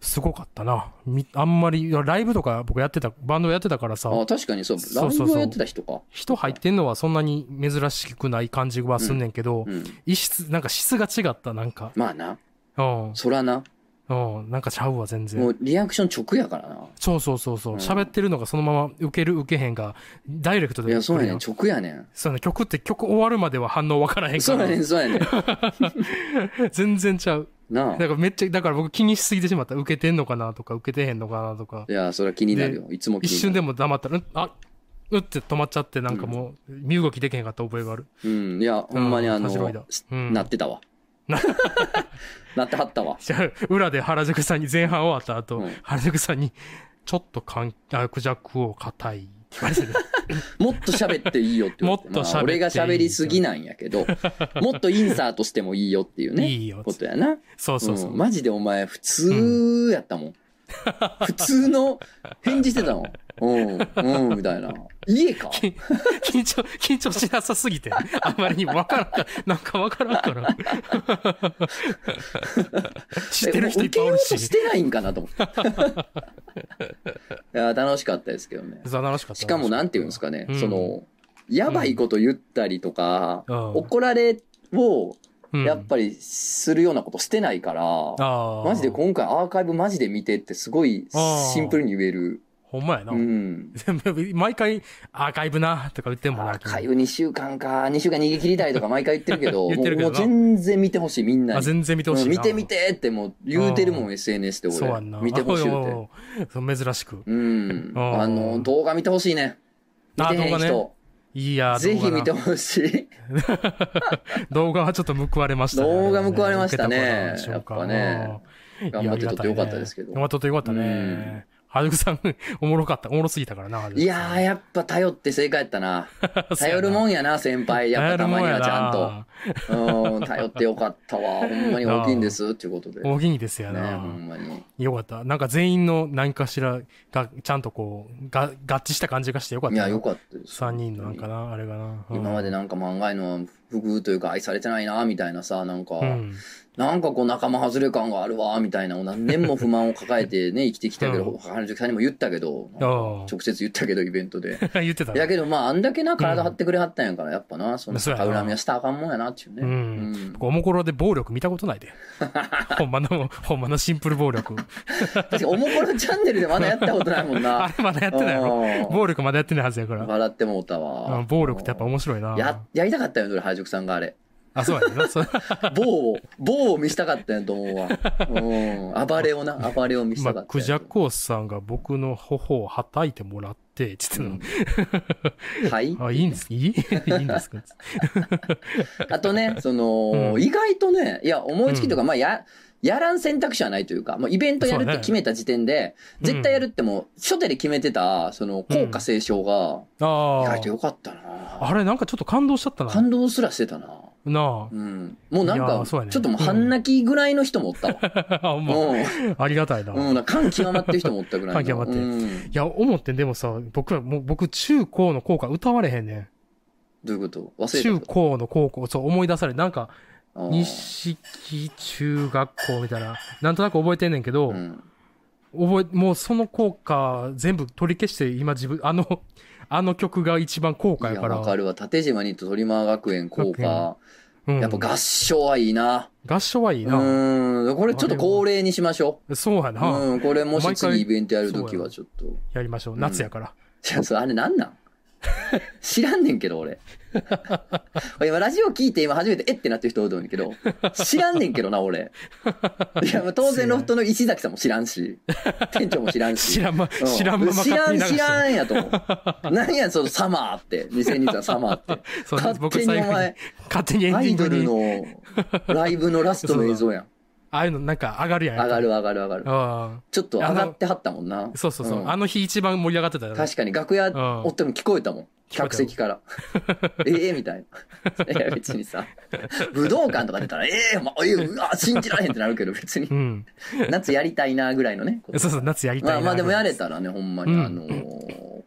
Speaker 2: すごかったな。みあんまり、いやライブとか僕やってた、バンドやってたからさ、
Speaker 1: あ、確かにそう、
Speaker 2: そ
Speaker 1: ラ
Speaker 2: う
Speaker 1: イ
Speaker 2: そうそ
Speaker 1: ブ
Speaker 2: う
Speaker 1: をやってた人か。
Speaker 2: 人入ってんのはそんなに珍しくない感じはすんねんけど、
Speaker 1: うん。
Speaker 2: 一質、なんか質が違った、なんか。
Speaker 1: まあな、
Speaker 2: うん。
Speaker 1: そらな、
Speaker 2: うん。なんかちゃうわ、全
Speaker 1: も
Speaker 2: 然。
Speaker 1: うリアクション直やからな。
Speaker 2: そうそうそうそう。
Speaker 1: うん
Speaker 2: 喋ってるのがそのまま受ける、受けへんが、ダイレクト
Speaker 1: い
Speaker 2: で
Speaker 1: や、そうやねん、
Speaker 2: ん。
Speaker 1: 直やねん。
Speaker 2: そうやね曲って曲終わるまでは反応わからへんか
Speaker 1: そうやねん、
Speaker 2: ら。
Speaker 1: そうやねん。
Speaker 2: 全然ちゃう。
Speaker 1: なあ
Speaker 2: だか。らめっちゃ、だから僕気にしすぎてしまった。受けてんのかなとか、受けてへんのかなとか。
Speaker 1: いや、それは気になるよ。いつも気
Speaker 2: 一
Speaker 1: にな
Speaker 2: 瞬
Speaker 1: る。
Speaker 2: でも黙ったら、んあうって止まっちゃって、なんかもう、身動きできへんかった覚えがある。
Speaker 1: うん、いや、ほんまにあの
Speaker 2: うん面白いな、
Speaker 1: し
Speaker 2: うん
Speaker 1: なってたわ。 なってはったわ。
Speaker 2: じゃあ、裏で原宿さんに、前半終わった後、
Speaker 1: うん
Speaker 2: 原宿さんに、ちょっとかん、あ、クジャクを硬い。って言われ てる
Speaker 1: もっと喋っていいよって言われて。
Speaker 2: もっと喋っていい
Speaker 1: まあ俺が喋りすぎなんやけど、もっとインサートしてもいいよっていうね。
Speaker 2: いいよっつ
Speaker 1: こ
Speaker 2: って
Speaker 1: とやな。
Speaker 2: そうそうそう
Speaker 1: うん。マジでお前、普通やったもん。普通の返事してたの。うん、うん、みたいな。家か
Speaker 2: 緊緊張、緊張しなさすぎて、あまりにもわからんか、なんかわからんから。知ってる人いっぱいお
Speaker 1: えもう受けよ
Speaker 2: る
Speaker 1: うと
Speaker 2: し
Speaker 1: し。てないんかなと思って。 いや、楽しかったですけどね。
Speaker 2: ざ楽しかった。
Speaker 1: しかも、なんていうんですかね、
Speaker 2: うん
Speaker 1: その、やばいこと言ったりとか、
Speaker 2: うん
Speaker 1: 怒られを、
Speaker 2: うん、
Speaker 1: やっぱりするようなことしてないから、
Speaker 2: ああ。
Speaker 1: マジで今回アーカイブマジで見てってすごいシンプルに言える。
Speaker 2: ほんまやな。
Speaker 1: うん。
Speaker 2: 全部毎回、アーカイブな、とか言っても
Speaker 1: ア
Speaker 2: な
Speaker 1: ーカイブ2週間か、2週間逃げ切りたいとか毎回言ってるけど、
Speaker 2: 言ってるけど
Speaker 1: もうも
Speaker 2: な
Speaker 1: う全然見てほしい、みんな
Speaker 2: あ、
Speaker 1: に。
Speaker 2: 全然見てほしい
Speaker 1: うん
Speaker 2: な。
Speaker 1: 見て見てってもう言うてるも、
Speaker 2: うん
Speaker 1: SNS で
Speaker 2: そうや
Speaker 1: 俺
Speaker 2: んな。。
Speaker 1: 見てほしい
Speaker 2: おいおい
Speaker 1: っ
Speaker 2: おいそう珍しく。
Speaker 1: て。うん。
Speaker 2: うん
Speaker 1: あの、動画見てほしいね。見
Speaker 2: あ
Speaker 1: てへん
Speaker 2: 動画ね
Speaker 1: 人、
Speaker 2: いいや
Speaker 1: ぜひ見て
Speaker 2: 動画
Speaker 1: ほしい。
Speaker 2: な動画はちょっと報われましたね。
Speaker 1: 動画報われましたね
Speaker 2: 受けたこと
Speaker 1: やっぱ
Speaker 2: なんでしょうか
Speaker 1: ね。
Speaker 2: うん
Speaker 1: 頑張って撮ってよかったですけど
Speaker 2: いやありがたいね頑張って撮ってよかったね。はじくさん、 おもろかった。おもろすぎたからな、はじくさん
Speaker 1: いやー、やっぱ頼って正解やった な。
Speaker 2: そう
Speaker 1: 頼
Speaker 2: やな
Speaker 1: るもんやな、先 輩。やっぱたまにはちゃんと。うん、頼ってよかった わ。ほんまに大きいんです。っていうことで。ね、
Speaker 2: 大喜利ですよね。
Speaker 1: ほんまに。
Speaker 2: よかった。なんか全員の何かしらが、ちゃんとこう、が合致した感じがしてよかっ
Speaker 1: い
Speaker 2: たな。
Speaker 1: や、よかったです。
Speaker 2: 3人のなんかな、あれがな。うん
Speaker 1: 今までなんか漫画への服というか愛されてないな、みたいなさ、なんか、
Speaker 2: うん。
Speaker 1: なんかこう仲間外れ感があるわ、みたいな、何年も不満を抱えてね、生きてきたけ
Speaker 2: う
Speaker 1: ど、原宿さんにも言ったけど、なんか
Speaker 2: あ
Speaker 1: 直接言ったけど、イベントで。
Speaker 2: あ。言ってた
Speaker 1: い
Speaker 2: な
Speaker 1: やけど、まあ、あんだけな、体張ってくれはったんやから、やっぱな、その、
Speaker 2: そうや
Speaker 1: 逆
Speaker 2: な
Speaker 1: 恨みはしたらあかんもんやな、っていうね。
Speaker 2: うん
Speaker 1: うん
Speaker 2: 僕おもころで暴力見たこ とないで。ほんまの、ほんまのシンプル暴力。
Speaker 1: 確かに、おもころチャンネルでまだやったことないもんな
Speaker 2: あ。れまだやってないやろ
Speaker 1: うん
Speaker 2: 暴力まだやってないはずやから。
Speaker 1: 笑ってもうた
Speaker 2: う
Speaker 1: わ
Speaker 2: ん。暴力ってやっぱ面白いな。
Speaker 1: や、やりたかったよ、それ、原宿さんがあれ。
Speaker 2: あ、そうやねんな。そう
Speaker 1: 棒を、 棒を見したかったんやと思うわ。うん。暴れをな、暴れを見し
Speaker 2: 今、
Speaker 1: たかった
Speaker 2: ク
Speaker 1: んや
Speaker 2: ジ
Speaker 1: と
Speaker 2: ャ
Speaker 1: 思う。
Speaker 2: コウさんが僕の頬をはたいてもらって、つってんの。
Speaker 1: はい。
Speaker 2: あ、いいんです、いい いいんですか
Speaker 1: あと ね、その、
Speaker 2: うん
Speaker 1: 意外とね、いや、思いつきとか、まあ、や、やらん選択肢はないというか、もうイベントやるって決めた時点で、
Speaker 2: うん
Speaker 1: 絶対やるってもう、初手で決めてた、その、効果斉唱が、意
Speaker 2: あ
Speaker 1: 外と
Speaker 2: あ。
Speaker 1: 良かったな
Speaker 2: あれ、なんかちょっと感動しちゃったな。
Speaker 1: 感動すらしてたな
Speaker 2: な
Speaker 1: うん。もうなん
Speaker 2: いや
Speaker 1: か、
Speaker 2: ーそうやね
Speaker 1: ちょっともう半泣きぐらいの人もおったわ。
Speaker 2: あ。 ほんま
Speaker 1: うん。
Speaker 2: ありがたいな。
Speaker 1: うん、なんか感極まってる人もおったぐらいの。
Speaker 2: 感極まって
Speaker 1: うん
Speaker 2: いや、思ってんでもさ、僕はもう、僕、中高の効果歌われへんねん。
Speaker 1: どういうこと忘れた
Speaker 2: 中
Speaker 1: こと
Speaker 2: 高の高校、そう思い出され、なんか、
Speaker 1: あー
Speaker 2: 錦中学校みたいな、なんとなく覚えてんねんけど、
Speaker 1: うん
Speaker 2: 覚え、もうその効果全部取り消して、今自分、あの、あの曲が一番効果
Speaker 1: い
Speaker 2: や
Speaker 1: や、
Speaker 2: から。
Speaker 1: わかるわ。縦島にと鳥間学園効果。
Speaker 2: うん、
Speaker 1: やっぱ合唱はいいな。
Speaker 2: 合唱はいういな。
Speaker 1: ーん。これちょっと恒例にしましょ
Speaker 2: そうや
Speaker 1: う。
Speaker 2: な、
Speaker 1: うん。これもし
Speaker 2: 毎回
Speaker 1: 次イベントやるときはちょっと。い
Speaker 2: やりましょう。夏やから。
Speaker 1: や、それあれなんなん 知らんねんけど、俺。 俺今、ラジオ聞いて今初めて、えってなってる人多いと思うんだけど、知らんねんけどな、俺。いや、まあ当然ロフトの石崎さんも知らんし、店長も知らんし。
Speaker 2: 知らんま、
Speaker 1: うん
Speaker 2: 知らんまま
Speaker 1: 知ら
Speaker 2: 勝手
Speaker 1: ん、知
Speaker 2: に流してる
Speaker 1: らんやと思う。何や、そのサマーって。2023サマーって。
Speaker 2: そう
Speaker 1: 勝手に
Speaker 2: 僕最後
Speaker 1: お
Speaker 2: に
Speaker 1: 前、
Speaker 2: 勝手にエン
Speaker 1: ア
Speaker 2: ディ
Speaker 1: イ
Speaker 2: ング
Speaker 1: ドル
Speaker 2: に、
Speaker 1: のライブのラストの映像 やん。
Speaker 2: ああいうのなんか上がるやん。
Speaker 1: 上がる上がる上がる。
Speaker 2: あ
Speaker 1: ちょっと上がってはったもんな
Speaker 2: あ。。そうそうそう、
Speaker 1: ん
Speaker 2: あの日一番盛り上がってたよね。
Speaker 1: 確かに楽屋
Speaker 2: ん
Speaker 1: おっても聞こえたもん。客席から。ええみたいな。いや別にさ、武道館とか出たら、ええまあ、ええうわ、信じられへんってなるけど、別に
Speaker 2: う。ん。
Speaker 1: 夏やりたいな、ぐらいのね。
Speaker 2: そうそう、夏やり
Speaker 1: ま
Speaker 2: たいな。
Speaker 1: あまあでもやれたらね、ほんまに、
Speaker 2: うん
Speaker 1: あのー、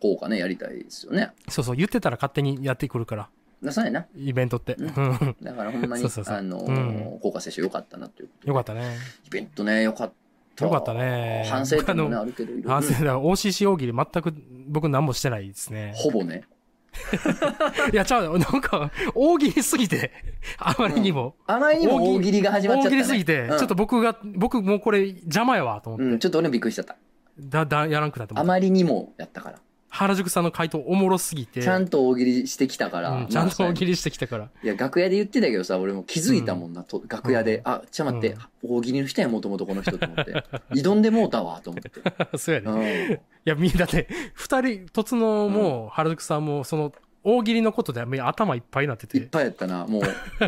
Speaker 1: 効果ね、やりたいですよね。
Speaker 2: そうそう、言ってたら勝手にやってくるから、
Speaker 1: なさいな。
Speaker 2: イベントって。
Speaker 1: う
Speaker 2: うん
Speaker 1: だからほんまに、
Speaker 2: そうそうそう
Speaker 1: あの
Speaker 2: う
Speaker 1: ー、効果接種良かったなっていう。
Speaker 2: よかったね。
Speaker 1: イベントね、良かった。
Speaker 2: よかったね。
Speaker 1: 反省点もね、
Speaker 2: 僕あ
Speaker 1: あるけど、いろい
Speaker 2: の
Speaker 1: ろ
Speaker 2: 反省だから、OCC 大喜利全く僕何もしてないですね。
Speaker 1: ほぼね。
Speaker 2: いや、ちゃうよなんか、大喜利すぎて、あまりにも。
Speaker 1: あまりにも大喜利が始まっちゃった、
Speaker 2: 大喜
Speaker 1: ね。
Speaker 2: 利すぎて、
Speaker 1: うん
Speaker 2: ちょっと僕が、僕もうこれ邪魔やわ、と思って。
Speaker 1: うん、ちょっと俺もびっくりしちゃった。
Speaker 2: だ、だ、やらんくなっても
Speaker 1: あ
Speaker 2: う
Speaker 1: まりにもやったから。
Speaker 2: 原宿さんの回答おもろすぎて
Speaker 1: ちゃんと大喜利してきたから、
Speaker 2: うんちゃんと大喜
Speaker 1: 利
Speaker 2: 利してきたから、
Speaker 1: いや楽屋で言ってたけどさ俺も気づいたもんな、と楽屋で、
Speaker 2: うん
Speaker 1: あちょっと待って、大喜利の人やもともとこの人と思って 挑んでもうたわと思って、
Speaker 2: そうやね、
Speaker 1: う
Speaker 2: い
Speaker 1: ん、
Speaker 2: やみんなで二人とつのも原宿さんもその大喜利のことでもう頭いっぱいになって
Speaker 1: いってぱいやったなも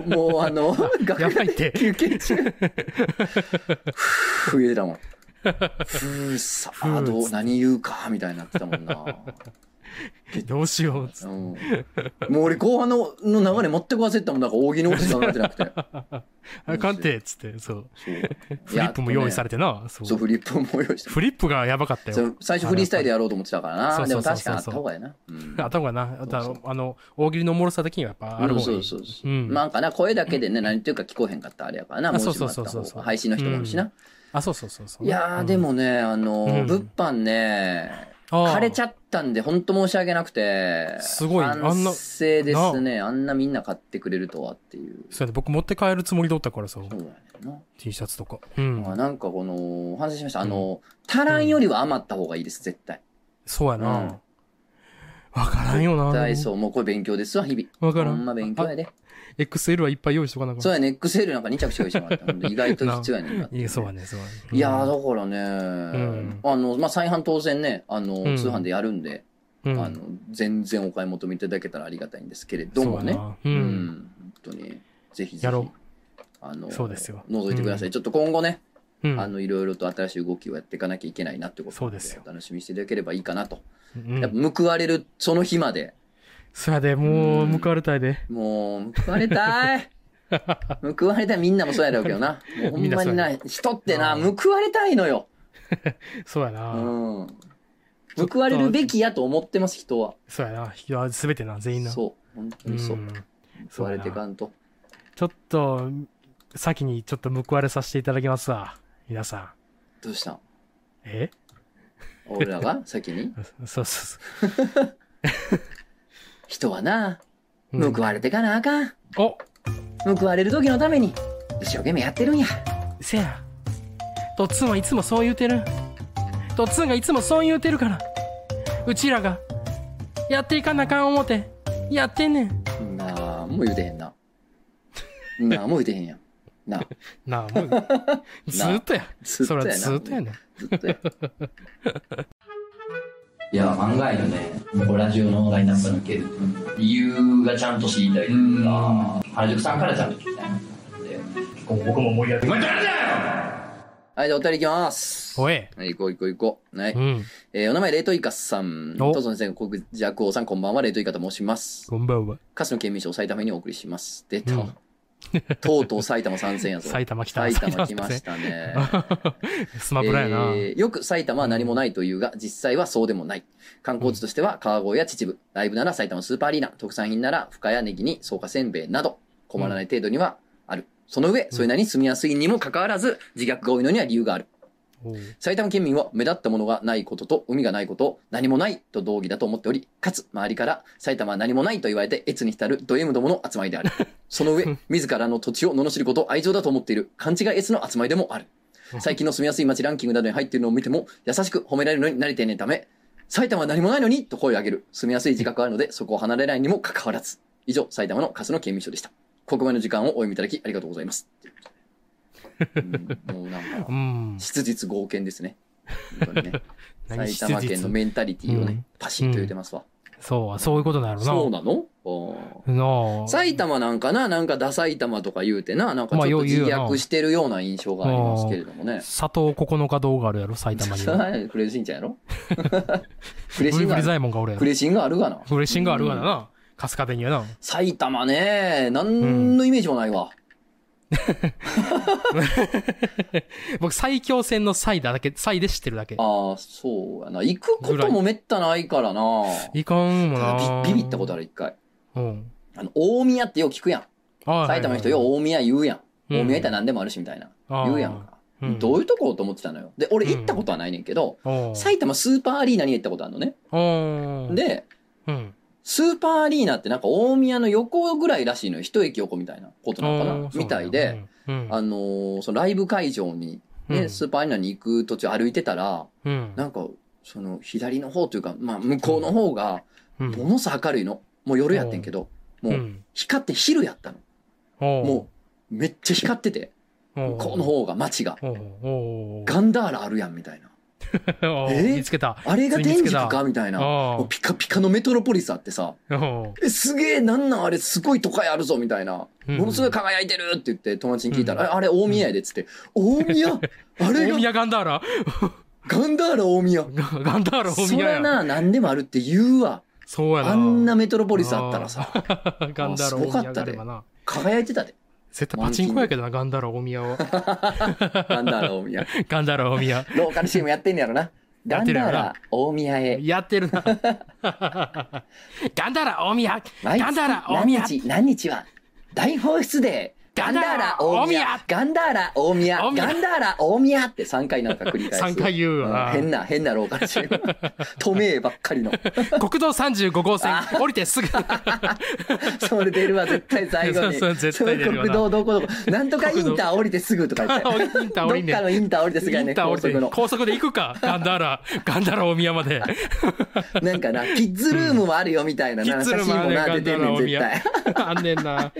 Speaker 1: うもうあの楽
Speaker 2: や
Speaker 1: 屋
Speaker 2: ばい
Speaker 1: で
Speaker 2: って
Speaker 1: 休憩中ふう言えてたもんふうさあど
Speaker 2: ふう
Speaker 1: う何言うかみたいになってたもんな、
Speaker 2: どうしようっつ
Speaker 1: う
Speaker 2: っ
Speaker 1: ん、もう俺後半のの流れ全く忘れてたもんだから大喜利のことしか考えてなくて
Speaker 2: てあかんてっつってそう
Speaker 1: そう
Speaker 2: フリップも用意さ
Speaker 1: れ
Speaker 2: れてなそう
Speaker 1: そうフリップも用意 して
Speaker 2: フリップがやばかった
Speaker 1: そ
Speaker 2: よ
Speaker 1: う最初フリースタイルやろうと思ってたから
Speaker 2: あそ
Speaker 1: な
Speaker 2: う
Speaker 1: で
Speaker 2: そう
Speaker 1: も
Speaker 2: そう
Speaker 1: 確
Speaker 2: そ
Speaker 1: かにあった
Speaker 2: う
Speaker 1: 方がいいなうん
Speaker 2: 頭がなあとは
Speaker 1: そうそ
Speaker 2: あの大喜利のおもろさ的にはやっぱある
Speaker 1: う
Speaker 2: も
Speaker 1: ん
Speaker 2: ん
Speaker 1: そうそうそう、
Speaker 2: うん
Speaker 1: なんかな声だけでね何言ってるか聞こえへんかったらあれやからな
Speaker 2: あ
Speaker 1: もう
Speaker 2: そう
Speaker 1: 一度
Speaker 2: そう
Speaker 1: あっ
Speaker 2: そう
Speaker 1: た
Speaker 2: そ
Speaker 1: 方
Speaker 2: う
Speaker 1: が配信の人もいるしな、
Speaker 2: あそうそうそうそう
Speaker 1: い
Speaker 2: い
Speaker 1: やーでもね、あのー
Speaker 2: うん
Speaker 1: 物販ね、枯れちゃったんで、ほんと申し訳なくて、
Speaker 2: すごいあんな
Speaker 1: 反省ですね。あんなみんな買ってくれるとはっていう。
Speaker 2: そうやね僕持って帰るつもりだったからさ
Speaker 1: そうだねんな。
Speaker 2: T シャツとかうん
Speaker 1: あなんかこの、反省しました。あの、足らんよりは余った方がいいです、絶対。
Speaker 2: そうや
Speaker 1: うん
Speaker 2: なわからんよな
Speaker 1: 絶対そう、もうこれ勉強ですわ、日々。
Speaker 2: わからん
Speaker 1: ほんま勉強やで。
Speaker 2: XL はいっぱい用意しとかなあかん
Speaker 1: そうやね、XL なんか2着しか用意してなかった。ほんと意外と必要やねんなって
Speaker 2: いやそうやねそうやね
Speaker 1: いや
Speaker 2: うん
Speaker 1: ー、だからね、
Speaker 2: ん
Speaker 1: あの、まあ、再販当然ね、あの、
Speaker 2: うん
Speaker 1: 通販でやるんで、
Speaker 2: うん
Speaker 1: あの、全然お買い求めいただけたらありがたいんですけれど
Speaker 2: そう
Speaker 1: も
Speaker 2: や
Speaker 1: ね。
Speaker 2: な
Speaker 1: う
Speaker 2: う
Speaker 1: んん、本当に。ぜひぜ
Speaker 2: や
Speaker 1: ひ
Speaker 2: ろ。
Speaker 1: あの、
Speaker 2: そうですよ
Speaker 1: 覗いてください。ちょっと今後ね、
Speaker 2: うん
Speaker 1: あの、いろいろと新しい動きをやっていかなきゃいけないなってこと
Speaker 2: そうですよ
Speaker 1: お楽しみにしていただければいいかなと。
Speaker 2: うん
Speaker 1: やっぱ報われる、その日まで。
Speaker 2: そうやでもう報われたいで
Speaker 1: もう、報われたい報われたいみんなもそうやろうけどな。もうほんまにな、人ってな、
Speaker 2: う
Speaker 1: 報われたいのよ。
Speaker 2: そうや
Speaker 1: う。
Speaker 2: なん
Speaker 1: 報われるべきやと思ってます、人は。
Speaker 2: そうやないや全てな全員な
Speaker 1: そう。本当にそうう。
Speaker 2: ん
Speaker 1: 報
Speaker 2: そう
Speaker 1: われ
Speaker 2: やな
Speaker 1: ていかんと。
Speaker 2: ちょっと先にちょっと報われさせていただきますわ皆さん
Speaker 1: どうしたん
Speaker 2: え
Speaker 1: 俺らが先に
Speaker 2: そうそうそ
Speaker 1: 人はな、
Speaker 2: う、うん
Speaker 1: 報われてかなあかん。
Speaker 2: お
Speaker 1: 報われる時のために一生懸命やってるんや
Speaker 2: せやとっつんはいつもそう言うてるとっつんがいつもそう言うてるからうちらがやっていかなあかん思てやってんねん
Speaker 1: なあもう言うてへんななあもう言うてへんやんなあ
Speaker 2: なあもう ずっとや
Speaker 1: ずっと
Speaker 2: そ
Speaker 1: や
Speaker 2: れ
Speaker 1: な
Speaker 2: はずっとやねん
Speaker 1: ずっとや いや案外のねこうラジオのラインナップ抜ける理由がちゃんと知りたいというか原宿さんからちゃんと聞きたいなと思って
Speaker 3: 僕も盛り上げて
Speaker 1: はいじゃあお便りいきます
Speaker 2: おえ、
Speaker 1: はい行こう行こう行こうはいう
Speaker 2: ん
Speaker 1: えーお名前冷凍イカさん
Speaker 2: お
Speaker 1: とその先生国弱王さんこんばんは冷凍イカと申します
Speaker 2: こんばんは
Speaker 1: カスの県民賞埼玉にお送りします。出た。
Speaker 2: うん
Speaker 1: とうとう埼玉参戦やぞ。
Speaker 2: 埼玉来た
Speaker 1: 埼玉来ましたね。
Speaker 2: スマブラやな、
Speaker 1: えーよく埼玉は何もないというが、実際はそうでもない。観光地としては川越や秩父、ライブなら埼玉スーパーアリーナ、特産品なら深谷ネギに草加せんべいなど、困らない程度にはある。その上、それなりに住みやすいにもかかわらず、自虐が多いのには理由がある。
Speaker 2: おう
Speaker 1: 埼玉県民は目立ったものがないことと海がないことを何もないと同義だと思っており、かつ周りから埼玉は何もないと言われて越に浸るド M どもの集まりである。その上、自らの土地を罵ることを愛情だと思っている勘違い越の集まりでもある。最近の住みやすい街ランキングなどに入っているのを見ても優しく褒められるのに慣れていないため、埼玉は何もないのにと声を上げる。住みやすい自覚があるのでそこを離れないにもかかわらず。以上、埼玉のカスの県民賞でした。ここまでの時間をお読みいただきありがとうございます。うんもうなんか
Speaker 2: う。ん
Speaker 1: 質実剛健ですね。本当にね
Speaker 2: 何
Speaker 1: 埼玉県のメンタリティーを
Speaker 2: うん
Speaker 1: ね、パシッと言ってますわ。
Speaker 2: そうそういうことなんやろな
Speaker 1: そうなのうん
Speaker 2: なあ
Speaker 1: 埼玉なんかな、なんかダサい玉とか言うてな、なんかちょっ
Speaker 2: ま
Speaker 1: と
Speaker 2: あよう言う
Speaker 1: 自
Speaker 2: よな
Speaker 1: 虐してるような印象がありますけれどもね。
Speaker 2: 佐藤9日動画あるやろ埼玉に は
Speaker 1: クレイジンちゃんやろクレ
Speaker 2: ブ
Speaker 1: シ
Speaker 2: リ
Speaker 1: ン
Speaker 2: ブ
Speaker 1: がある
Speaker 2: リザイモンが俺や
Speaker 1: ク
Speaker 2: ろ
Speaker 1: レシンがあるがな。
Speaker 2: フレッシングあるわなな春日部にはな
Speaker 1: 埼玉ね、なんのイメージもないわ。
Speaker 2: 僕最強戦のサイだけサイで知ってるだけ
Speaker 1: ああ、そうやな。行くこともめったないからな。
Speaker 2: いかんもな
Speaker 1: ビビビったことある、一回。
Speaker 2: とうん
Speaker 1: あの、大宮ってよう聞くやん。
Speaker 2: あ
Speaker 1: 埼玉の人よう大宮言うやん。
Speaker 2: うん
Speaker 1: 大宮行ったら何でもあるしみたいな。
Speaker 2: あー
Speaker 1: 言うやんか。
Speaker 2: うん
Speaker 1: どういうところと思ってたのよ。で、俺行ったことはないねんけど、
Speaker 2: お
Speaker 1: 埼玉スーパーアリーナに行ったことあるのね。
Speaker 2: お
Speaker 1: で、
Speaker 2: うん
Speaker 1: スーパーアリーナってなんか大宮の横ぐらいらしいのよ。一駅横みたいなことなのか
Speaker 2: お
Speaker 1: な
Speaker 2: ー
Speaker 1: みたいで、
Speaker 2: そうなんや
Speaker 1: あのーそのライブ会場に、
Speaker 2: うん
Speaker 1: ね、スーパーアリーナに行く途中歩いてたら、
Speaker 2: うんうん
Speaker 1: なんか、その左の方というか、まあ向こうの方が、
Speaker 2: うん
Speaker 1: ものすごい明るいの。もう夜やってんけど、も
Speaker 2: う
Speaker 1: う、
Speaker 2: ん
Speaker 1: 光って昼やったの。
Speaker 2: お
Speaker 1: もう、めっちゃ光ってて、
Speaker 2: うおう
Speaker 1: 向こうの方が、街が。
Speaker 2: おうおうおう
Speaker 1: ガンダーラあるやん、みたいな。
Speaker 2: おう
Speaker 1: えー
Speaker 2: 見つけた
Speaker 1: あれが
Speaker 2: ついに
Speaker 1: 天
Speaker 2: つけた
Speaker 1: 竺かみたいな。も
Speaker 2: お
Speaker 1: うピカピカのメトロポリスあってさ、
Speaker 2: うお
Speaker 1: え、すげえ、なんなんあれ、すごい都会あるぞ、みたいな。
Speaker 2: うん
Speaker 1: ものすごい輝いてるって言って、友達に聞いたら、
Speaker 2: うん
Speaker 1: ああれ、大宮やで、っつって、大宮あ
Speaker 2: う
Speaker 1: れ
Speaker 2: 大
Speaker 1: が、
Speaker 2: 宮ガンダーラ
Speaker 1: ガンダーラ大宮。
Speaker 2: ガガンダーラ大
Speaker 1: そ
Speaker 2: 宮
Speaker 1: ら
Speaker 2: や
Speaker 1: な、何でもあるって言うわ。
Speaker 2: そうやな
Speaker 1: あんなメトロポリスあったらさ、
Speaker 2: あー ガンダーラ大宮があればな
Speaker 1: 輝いてたで。
Speaker 2: 絶対パチンコやけどな ガンダーラ大 宮は
Speaker 1: ガンダーラ大宮。
Speaker 2: ガンダーラ大宮
Speaker 1: ローカルチームやってんねやろな。
Speaker 2: や
Speaker 1: ガ
Speaker 2: っ
Speaker 1: ン
Speaker 2: てるや
Speaker 1: ダー
Speaker 2: ろな
Speaker 1: ラ大宮へ。
Speaker 2: やってるなガンダーラ大宮
Speaker 1: 毎
Speaker 2: ガンダーラ
Speaker 1: 月
Speaker 2: 大
Speaker 1: 何
Speaker 2: 宮
Speaker 1: 日、何日は、大放出で、ガンダーラ大宮、ガンダーラ大宮、
Speaker 2: 大宮
Speaker 1: ガンダーラ大宮って3回なんか繰り返す。
Speaker 2: 3回言うよ
Speaker 1: うん
Speaker 2: な
Speaker 1: 変な、変なローカル チーム。透明ばっかりの。
Speaker 2: 国道35号線降りてすぐ
Speaker 1: それ出るわ、絶対最後に。
Speaker 2: そうそう絶対出るよな
Speaker 1: その国道どこどこ。なんとかインター降りてすぐとか 言って。
Speaker 2: 降りインター降りんね
Speaker 1: どっかのインター降りてすぐや
Speaker 2: イ
Speaker 1: ね、
Speaker 2: ンター
Speaker 1: 高
Speaker 2: 降りて
Speaker 1: 速の。
Speaker 2: 高速で行くかガンダーラガンダーラ大宮まで
Speaker 1: なんかな、キッズルームもあるよみたいな、
Speaker 2: キ
Speaker 1: な
Speaker 2: ッ
Speaker 1: ん
Speaker 2: ズ
Speaker 1: か
Speaker 2: ル
Speaker 1: 写
Speaker 2: も
Speaker 1: 真
Speaker 2: あ
Speaker 1: も
Speaker 2: んねん
Speaker 1: な、出
Speaker 2: ガンダ
Speaker 1: て
Speaker 2: ー
Speaker 1: んね
Speaker 2: ラ
Speaker 1: ん、
Speaker 2: 大
Speaker 1: 絶
Speaker 2: 宮
Speaker 1: 対。
Speaker 2: あんねんな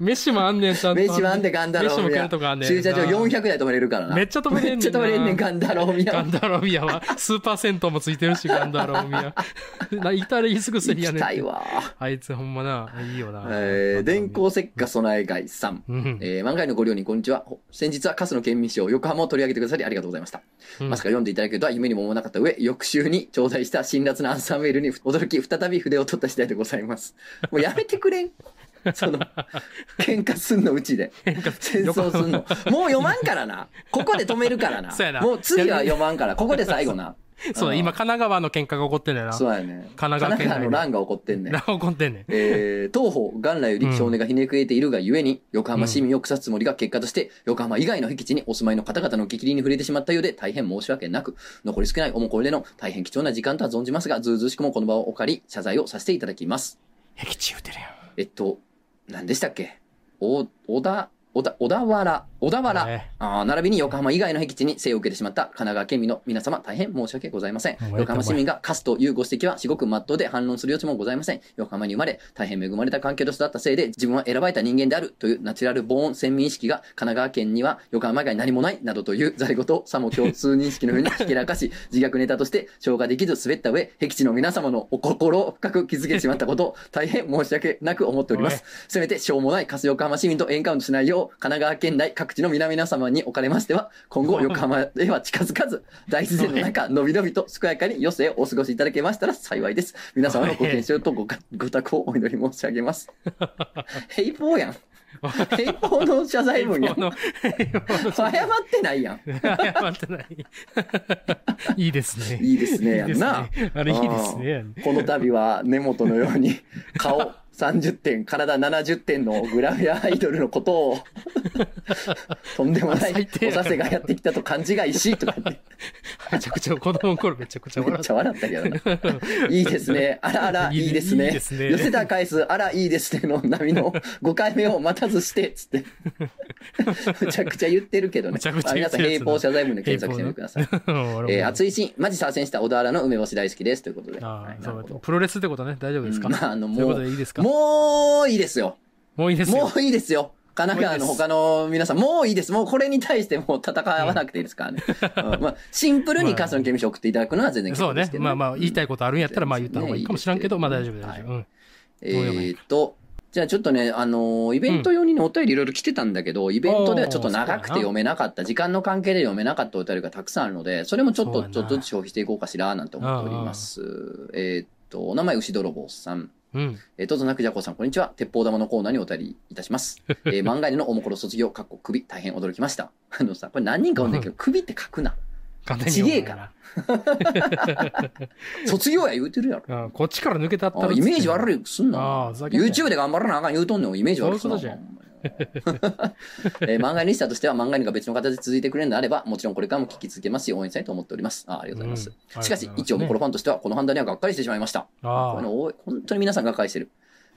Speaker 2: 飯もあんねんちゃんと
Speaker 1: 飯もあんでガンダーラ
Speaker 2: 飯
Speaker 1: 大
Speaker 2: も食え
Speaker 1: 宮
Speaker 2: るとこあんねんな
Speaker 1: 駐車場400台止めれるからな。
Speaker 2: めっちゃ止めれんねんな
Speaker 1: めっちゃ止めれんねん、ガンダーラ大宮。
Speaker 2: ガンダーラ大宮はスーパー銭湯もついてるしガンダーラ大宮なイタリアすぐすりや
Speaker 1: 行
Speaker 2: ね
Speaker 1: き
Speaker 2: ん
Speaker 1: たいわ。
Speaker 2: あいつほんまないいよな
Speaker 1: えー、電光石火備え外さん。
Speaker 2: うん
Speaker 1: えー、漫画へのご両人、こんにちは。ほ先日は、カスの県民賞、横浜を取り上げてくださり、ありがとうございました。
Speaker 2: うん
Speaker 1: まさか読んでいただけるとは夢にも思わなかった上、翌週に頂戴した辛辣なアンサーメールに驚き、再び筆を取った次第でござい ます。もうやめてくれん。その、喧嘩すんのうちで。戦争すんの。 もう読まんからな。ここで止めるからな。
Speaker 2: そうやな
Speaker 1: もう次は読まんから。ここで最後な。
Speaker 2: そう
Speaker 1: う
Speaker 2: だ
Speaker 1: ん
Speaker 2: 今神奈川の喧嘩が起こってんだよな
Speaker 1: そうやね。
Speaker 2: 神奈川県内で
Speaker 1: の乱が起こってんねん
Speaker 2: な。起こってんねん
Speaker 1: えー、東方元来より少年がひねくれているがゆえに、横浜市民を腐すつもりが結果として、横浜以外の僻地にお住まいの方々の激励に触れてしまったようで、大変申し訳なく、残り少ないおもこれでの大変貴重な時間とは存じますが、ずうずうしくもこの場をお借り、謝罪をさせていただきます。
Speaker 2: 壁地打てるやん
Speaker 1: えっと、何でしたっけお、小田、小田、小田原、小田原。
Speaker 2: ね
Speaker 1: あー並びに横浜以外の僻地に生を受けてしまった神奈川県民の皆様大変申し訳ございません
Speaker 2: おめでとう
Speaker 1: 横浜市民がカスというご指摘は至極真っ当で反論する余地もございません横浜に生まれ大変恵まれた環境で育ったせいで自分は選ばれた人間であるというナチュラルボーン先民意識が神奈川県には横浜以外何もないなどという在庫とさも共通認識のようにひけらかし 自虐ネタとして消化できず滑った上僻地の皆様のお心を深く傷つけてしまったことを大変申し訳なく思っておりますせめてしょうもないカス横浜市民とエンカウントしないよう、神奈川県内各地の皆々様におかれましては、今後横浜へは近づかず、大自 然の中、のびのびと健やかに余生をお過ごしいただけましたら幸いです。皆様のご健勝とごかご多幸をお祈り申し上げます。 平方やん。平方の謝罪文やん。
Speaker 2: この
Speaker 1: 謝ってないやん。
Speaker 2: 謝ってない。 いいですね。
Speaker 1: いいですねやんな。
Speaker 2: いいですねあれいいですねやん。
Speaker 1: うんこの度は根本のように顔30点、体70点のグラビアアイドルのこと をとんでもない
Speaker 2: 最低
Speaker 1: お
Speaker 2: やな
Speaker 1: させがやってきたと勘違いし、とか 言って
Speaker 2: めちゃくちゃ子供の頃めちゃくち ゃ
Speaker 1: めっ
Speaker 2: 笑っ
Speaker 1: ちゃ笑ったけどな。いいですね。あらあら、
Speaker 2: いい
Speaker 1: いいですね。
Speaker 2: いいですね
Speaker 1: 寄せた回数、あらいいですねの波の5回目を待たず して、つって。むちゃくちゃ言ってるけどね。
Speaker 2: むちゃくちゃ
Speaker 1: あ
Speaker 2: 言
Speaker 1: 皆
Speaker 2: って
Speaker 1: さん、
Speaker 2: るやつ
Speaker 1: 平方謝罪文で検索してみてください。
Speaker 2: た。うん俺も
Speaker 1: えー、熱いシーン、マジ左遷した小田原の梅干し大好きです。ということで。
Speaker 2: あ
Speaker 1: はい
Speaker 2: ー
Speaker 1: な
Speaker 2: そ
Speaker 1: るほ
Speaker 2: う
Speaker 1: ど
Speaker 2: プロレスってことね、大丈夫ですか、
Speaker 1: うんまああのもう
Speaker 2: そういうことでいいですかも
Speaker 1: もういいですよ。
Speaker 2: ういいですよ
Speaker 1: も。ういいですよ。神奈川の他の皆さん、もういいです。もうこれに対してもう戦わなくていいですから ね。うんまあ、シンプルにカスの刑務所送っていただくのは全然結
Speaker 2: そう
Speaker 1: 構で
Speaker 2: ね
Speaker 1: すけ。ど、
Speaker 2: まあまあ、言いた
Speaker 1: い。
Speaker 2: いことあるんやったら、まあ言った方がいいかもしらんけど、
Speaker 1: うん
Speaker 2: まあ大丈夫、大丈夫。
Speaker 1: は
Speaker 2: うん
Speaker 1: え
Speaker 2: どうやばい
Speaker 1: ーっと、じゃあちょっとね、あのーイベント用にね、お便りいろいろ来てたんだけど、イベントではちょっと長くて読めなかった、時間の関係で読めなかったお便りがたくさんあるので、それもちょっ
Speaker 2: そ
Speaker 1: と
Speaker 2: うやな
Speaker 1: ちょっとずつ消費していこうかしら、なんて思っております。えーっと、お名前牛泥棒さん。
Speaker 2: うん。
Speaker 1: えー、とぞなくじゃこさん、こんにちは。鉄砲玉のコーナーにお便りいたし ます。えー、漫画へのおもころ卒業、かっこ首、大変驚きました。あのさ、これ何人かおんだけど、首って書くな。
Speaker 2: 簡単
Speaker 1: ちげえから卒業や言うてる やろ。
Speaker 2: ら。うんこっちから抜けたった
Speaker 1: あ
Speaker 2: ら。
Speaker 1: イメージ
Speaker 2: い。
Speaker 1: 悪いすんな。
Speaker 2: ああ、ふざけんな
Speaker 1: YouTube で頑張らなあかん言うとんねん、イメージ悪いすんな。
Speaker 2: そういう
Speaker 1: えー、漫画にしたとしては、漫画にが別の形で続いてくれるのであれば、もちろんこれからも聞き続けますし、応援したいと思っております。あありがとうございます。
Speaker 2: うん
Speaker 1: しかし、
Speaker 2: ありが
Speaker 1: 一
Speaker 2: と
Speaker 1: 応、
Speaker 2: う
Speaker 1: もこ
Speaker 2: ご
Speaker 1: のフ
Speaker 2: ざい
Speaker 1: ァンとしては、この判断にはがっかりしてしまいました。こ
Speaker 2: あ
Speaker 1: ういう
Speaker 2: あ
Speaker 1: の多い本当に皆さんがっかりしてる。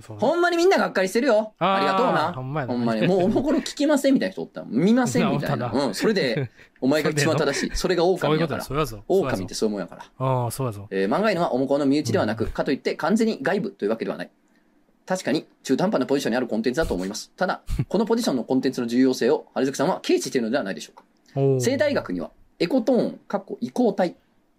Speaker 2: そう
Speaker 1: ほんまにみんながっかりしてるよ。
Speaker 2: あー
Speaker 1: ありがとうな。
Speaker 2: ほんまやな
Speaker 1: に。もうおもころ聞きませんみたいな人おったの。見ませんみたい
Speaker 2: お
Speaker 1: な。
Speaker 2: ったな
Speaker 1: うん。それで、お前が一番正しい。それが
Speaker 2: そうい
Speaker 1: 狼だ
Speaker 2: うこと
Speaker 1: か
Speaker 2: だ、
Speaker 1: ら。
Speaker 2: そうやぞ。
Speaker 1: 狼って
Speaker 2: そ
Speaker 1: そうい
Speaker 2: う
Speaker 1: うもんやから。
Speaker 2: やぞ。ああ、そうやぞ。
Speaker 1: えー、漫画犬はおもころの身内ではなく、かといって完全に外部というわけではない。確かに中途半端なポジションにあるコンテンツだと思います。ただ、このポジションのコンテンツの重要性を、春月さんは軽視しているのではないでしょうか。
Speaker 2: おー
Speaker 1: 生態学には、エコトーン、かっこ移行体、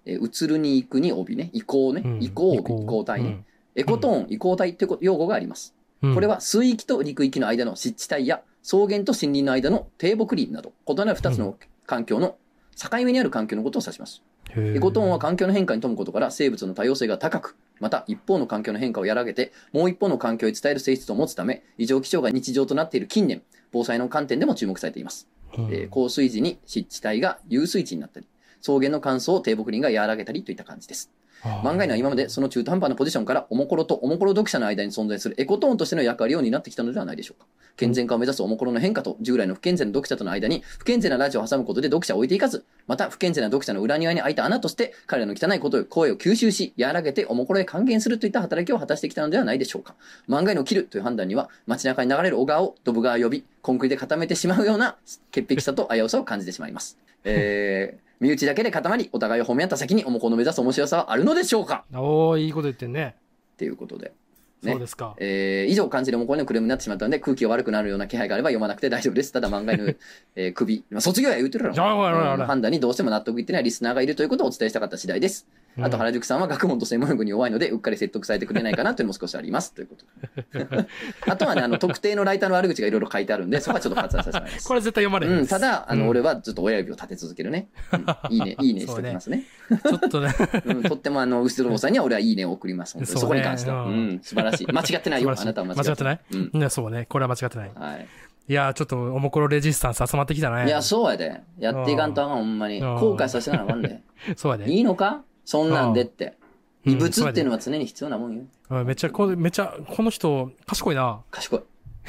Speaker 1: えー、移るに行くに帯ね、移行ね、移行帯、移行体ね、。エコトーン、移行体という用語があります。
Speaker 2: うん
Speaker 1: これ、は水域と陸域の間の湿地帯や草原と森林の間の低木林など異なる2つの環境の境目にある環境のことを指します。エコトーンは環境の変化に富むことから生物の多様性が高く、また一方の環境の変化をやらげて、もう一方の環境へ伝える性質を持つため、異常気象が日常となっている近年、防災の観点でも注目されています。
Speaker 2: うん、
Speaker 1: えー降水時に湿地帯が遊水地になったり、草原の乾燥を低木林が和らげたりといった感じです。漫画
Speaker 2: に
Speaker 1: には今までその中途半端なポジションからおもころとおもころ読者の間に存在するエコトーンとしての役割を担ってきたのではないでしょうか。健全化を目指すおもころの変化と従来の不健全な読者との間に不健全なラジオを挟むことで読者を置いていかず、また不健全な読者の裏庭に開いた穴として彼らの汚いことを声を吸収し、和らげておもころへ還元するといった働きを果たしてきたのではないでしょうか。漫画への切るという判断には街中に流れる小川をドブ川呼び、コンクリで固めてしまうような潔癖さと危うさを感じてしまいます。えー、身内だけで固まり、お互いを褒め合った先におもこの目指す面白さはあるのでしょうか
Speaker 2: おーいいこと言ってんね。
Speaker 1: っていうことで。ね
Speaker 2: そうですか。
Speaker 1: えー、以上感じるおもこのクレームになってしまったので、空気が悪くなるような気配があれば読まなくて大丈夫です。ただ漫画の、 えー首、まあ、卒業や言うてるやろ。
Speaker 2: あおいおいおいおい
Speaker 1: うん判断にどうしても納得いってないリスナーがいるということをお伝えしたかった次第です。あと
Speaker 2: うん
Speaker 1: 原宿さんは学問と専門学に弱いので、うっかり説得されてくれないかなというのも少しあり ます。ということであとはね、あの、特定のライターの悪口がいろいろ書いてあるんで、そこはちょっと割愛させてもらいます
Speaker 2: こ。れ絶対読まれへん
Speaker 1: う
Speaker 2: で
Speaker 1: ん、
Speaker 2: す
Speaker 1: ただ、あの、
Speaker 2: うん
Speaker 1: 俺はずっと親指を立て続けるね。うんいいね、いいねしときますね。
Speaker 2: ちょっとね、
Speaker 1: うん、とっても、あの、うしろぼさんには俺はいいねを送ります。本当に
Speaker 2: そうね
Speaker 1: そこに関しては。
Speaker 2: う
Speaker 1: うんん、素晴らしい。間違ってないよ。
Speaker 2: 素晴らしい
Speaker 1: あなたは間違
Speaker 2: 間違ってない。
Speaker 1: うん。
Speaker 2: ね、そうね。これは間違ってない。
Speaker 1: はい。
Speaker 2: いやー、ちょっと、おもころレジスタンス集まってきたね。
Speaker 1: いや、そうやで。やっていかんとあかん、ほんまに。
Speaker 2: うん
Speaker 1: 後悔させなあかんで。
Speaker 2: そうやで。
Speaker 1: いいのかそんなんでって。
Speaker 2: うん
Speaker 1: 異物っていうのは常に必要なもんよ。
Speaker 2: うんめっちゃこ、めっちゃ、この人、賢いな。
Speaker 1: 賢い。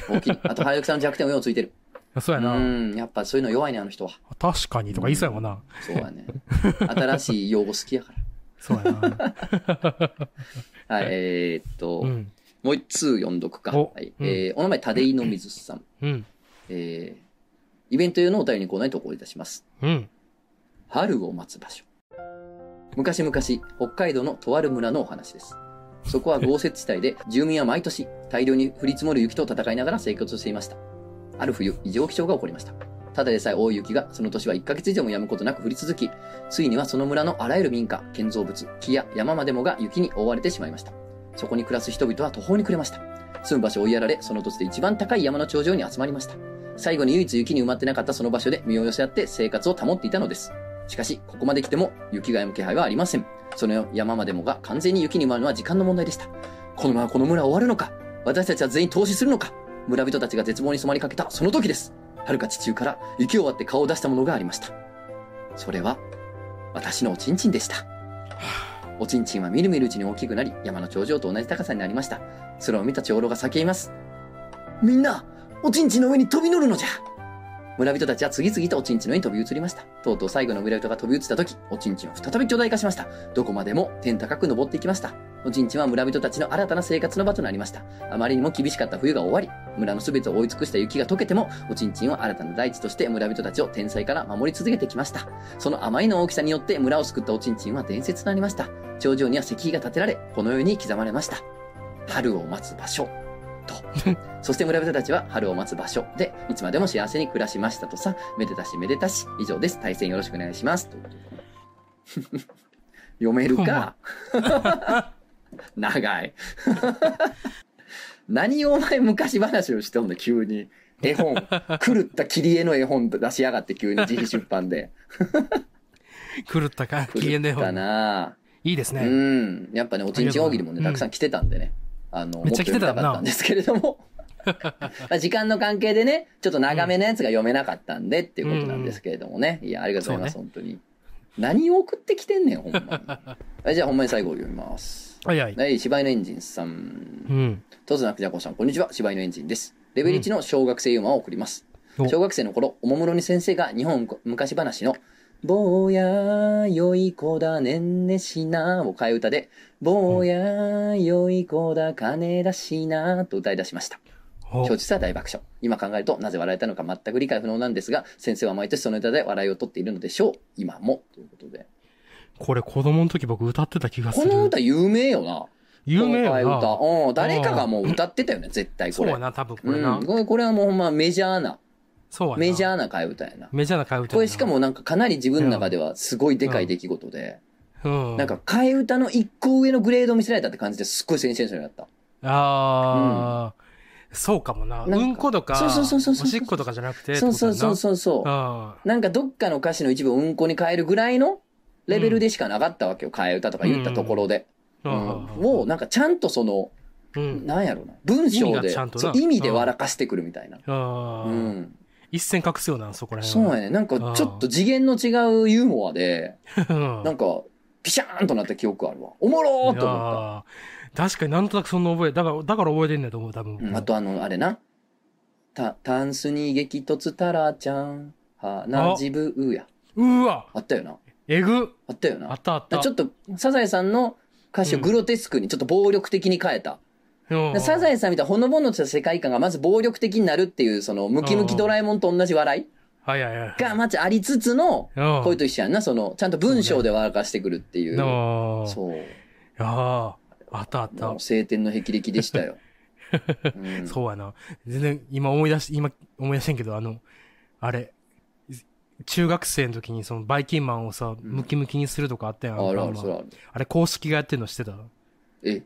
Speaker 1: 大 きい。あと、原宿さんの弱点をようついてる。
Speaker 2: そう
Speaker 1: う
Speaker 2: やな。
Speaker 1: ん、やっぱそういうの弱いね、あの人は。
Speaker 2: 確かにとか言いそうやもんな。
Speaker 1: そうや ね。新しい用語好きやか
Speaker 2: そうやな。
Speaker 1: ら。はい、えーっと、
Speaker 2: うん。
Speaker 1: もう一通読んどくか。
Speaker 2: お
Speaker 1: はい
Speaker 2: うん
Speaker 1: えーお名前、立井の水さん。
Speaker 2: うん。
Speaker 1: えー、イベント用のお便りにコーナーに投稿いたします。
Speaker 2: うん。
Speaker 1: 春を待つ場所。昔々、北海道のとある村のお話です。そこは豪雪地帯で、住民は毎年、大量に降り積もる雪と戦いながら生活をしていました。ある冬、異常気象が起こりました。ただでさえ大雪が、その年は1ヶ月以上も止むことなく降り続き、ついにはその村のあらゆる民家、建造物、木や山までもが雪に覆われてしまいました。そこに暮らす人々は途方に暮れました。住む場所を追いやられ、その土地で一番高い山の頂上に集まりました。最後に唯一雪に埋まってなかったその場所で身を寄せ合って生活を保っていたのです。しかし、ここまで来ても雪が止む気配はありません。その山までもが完全に雪に埋まるのは時間の問題でした。このままこの村は終わるのか私たちは全員投資するのか村人たちが絶望に染まりかけたその時です。遥か地中から雪を割って顔を出したものがありました。それは、私のおちんちんでした。おちんちんはみるみるうちに大きくなり、山の頂上と同じ高さになりました。それを見た長老が叫びます。みんな、おちんちんの上に飛び乗るのじゃ村人たちは次々とおちんちんの上に飛び移りました。とうとう最後の村人が飛び移った時、おちんちんは再び巨大化しました。どこまでも天高く登っていきました。おちんちんは村人たちの新たな生活の場となりました。あまりにも厳しかった冬が終わり、村の全てを覆い尽くした雪が溶けても、おちんちんは新たな大地として村人たちを天災から守り続けてきました。そのあまりの大きさによって村を救ったおちんちんは伝説となりました。頂上には石碑が建てられ、このように刻まれました。春を待つ場所。と。そして村人たちは春を待つ場所で、いつまでも幸せに暮らしましたとさ、めでたしめでたし、以上です。対戦よろしくお願いします。ということで 読めるか長い。 何をお前昔話をしてんの急に。絵本。狂った切り絵の絵本出しやがって急に自費出版で。
Speaker 2: 狂ったか。機嫌
Speaker 1: 狂
Speaker 2: で
Speaker 1: った
Speaker 2: い
Speaker 1: ない
Speaker 2: です
Speaker 1: う
Speaker 2: ね。
Speaker 1: ん。やっぱね、おちんちん大喜利もね、
Speaker 2: ありがとう
Speaker 1: たくさん来てたんでね。あの、
Speaker 2: めっちゃ来てた
Speaker 1: も
Speaker 2: よな
Speaker 1: っと読みかったんですけれど も。まあ時間の関係でね、ちょっと長めのやつが読めなかったんでっていうことなんですけれどもね。いや、ありがとうございます、
Speaker 2: そ
Speaker 1: 本当に。何を送ってきてんねん、ほん まにはい。じゃあ、ほんまに最後読みます。
Speaker 2: はいはい。
Speaker 1: はい、柴犬エンジンさん。
Speaker 2: うん。
Speaker 1: とつなくじゃこさん、こんにちは。柴犬エンジンです。レベル1の小学生ユーマを送ります。
Speaker 2: お
Speaker 1: 小学生の頃、おもむろに先生が日本昔話の坊や良い子だねんねしなを替え歌で、坊や良い子だ金だしなと歌い出しました。
Speaker 2: お
Speaker 1: 教室は大爆笑。今考えるとなぜ笑えたのか全く理解不能なんですが、先生は毎年その歌で笑いを取っているのでしょう。今も。ということで。
Speaker 2: これ子供の時僕歌ってた気がす
Speaker 1: こ
Speaker 2: る。
Speaker 1: の歌有名よな。
Speaker 2: 有名
Speaker 1: この替
Speaker 2: やな。
Speaker 1: え歌。うん。誰かがもう歌ってたよね、絶対こ
Speaker 2: そう
Speaker 1: れ。
Speaker 2: やな、多分これな。
Speaker 1: うん、これこれはもうほんまメジャーな、
Speaker 2: そうやな。
Speaker 1: メジ
Speaker 2: ー。
Speaker 1: ャーな替え歌やな。
Speaker 2: メジャーな替え歌やな。
Speaker 1: これしか、もなんかかなり自分の中ではすごいでかい出来事で、
Speaker 2: うん。
Speaker 1: なんか替え歌の一個上のグレードを見せられたって感じですっごいセンセーションだった。
Speaker 2: ああ、そうかも
Speaker 1: な
Speaker 2: な。
Speaker 1: んか
Speaker 2: うんことか、
Speaker 1: そうそうそうそう
Speaker 2: お
Speaker 1: そう
Speaker 2: しっことかじゃなくて。。
Speaker 1: そうそうそうそうそうう。
Speaker 2: あ
Speaker 1: なんかどっかの歌詞の一部をうんこに変えるぐらいのレベルでしかなかったわけよ、替え歌とか言ったところで。
Speaker 2: あ。
Speaker 1: うんを、なんかちゃんとその、
Speaker 2: うん。
Speaker 1: なんやろな、文章
Speaker 2: 意味
Speaker 1: で、
Speaker 2: がちゃんとな
Speaker 1: そう意味で笑かしてくるみたいな。
Speaker 2: あ
Speaker 1: う
Speaker 2: あ。
Speaker 1: ん。
Speaker 2: 一線隠すような、そこら
Speaker 1: そう
Speaker 2: 辺は。
Speaker 1: やね。なんかちょっと次元の違うユーモアで、
Speaker 2: そう
Speaker 1: なん
Speaker 2: か、
Speaker 1: か、ピシャーンとなった記憶あるわ。おもろーと思った。
Speaker 2: あー確かになんとなくそんな覚え、だから、だから覚えてんねんと思う、多分。
Speaker 1: うんあとあの、あれな。た、タンスに激突タラちゃん、花自分うや。
Speaker 2: うわ
Speaker 1: あったよな。
Speaker 2: えぐ
Speaker 1: あったよな。
Speaker 2: あ
Speaker 1: だ
Speaker 2: っ
Speaker 1: か
Speaker 2: たあっ
Speaker 1: ら
Speaker 2: た。
Speaker 1: ちょっと、サザエさんの歌詞をグロテスクに、ちょっと暴力的に変えた。
Speaker 2: うん
Speaker 1: サザエさんみたいなほのぼのとした世界観がまず暴力的になるっていう、その、ムキムキドラえもんと同じ笑い
Speaker 2: はいはいはい。
Speaker 1: がまずありつつの、
Speaker 2: うん、
Speaker 1: こういうと一緒やんな。その、ちゃんと文章で笑かしてくるっていう。
Speaker 2: ああ。
Speaker 1: そう。
Speaker 2: ああ。あったあった
Speaker 1: もう。晴天の霹靂でした よ。うん
Speaker 2: そうやな。全然、今思い出し、今思い出してんけど、あの、あれ、中学生の時にそのバイキンマンをさ、
Speaker 1: ん
Speaker 2: ムキムキにするとかあったやん。
Speaker 1: ある
Speaker 2: ま
Speaker 1: あ
Speaker 2: あ
Speaker 1: る、
Speaker 2: まあ
Speaker 1: それある。
Speaker 2: あれ公式がやってんのしてた
Speaker 1: え、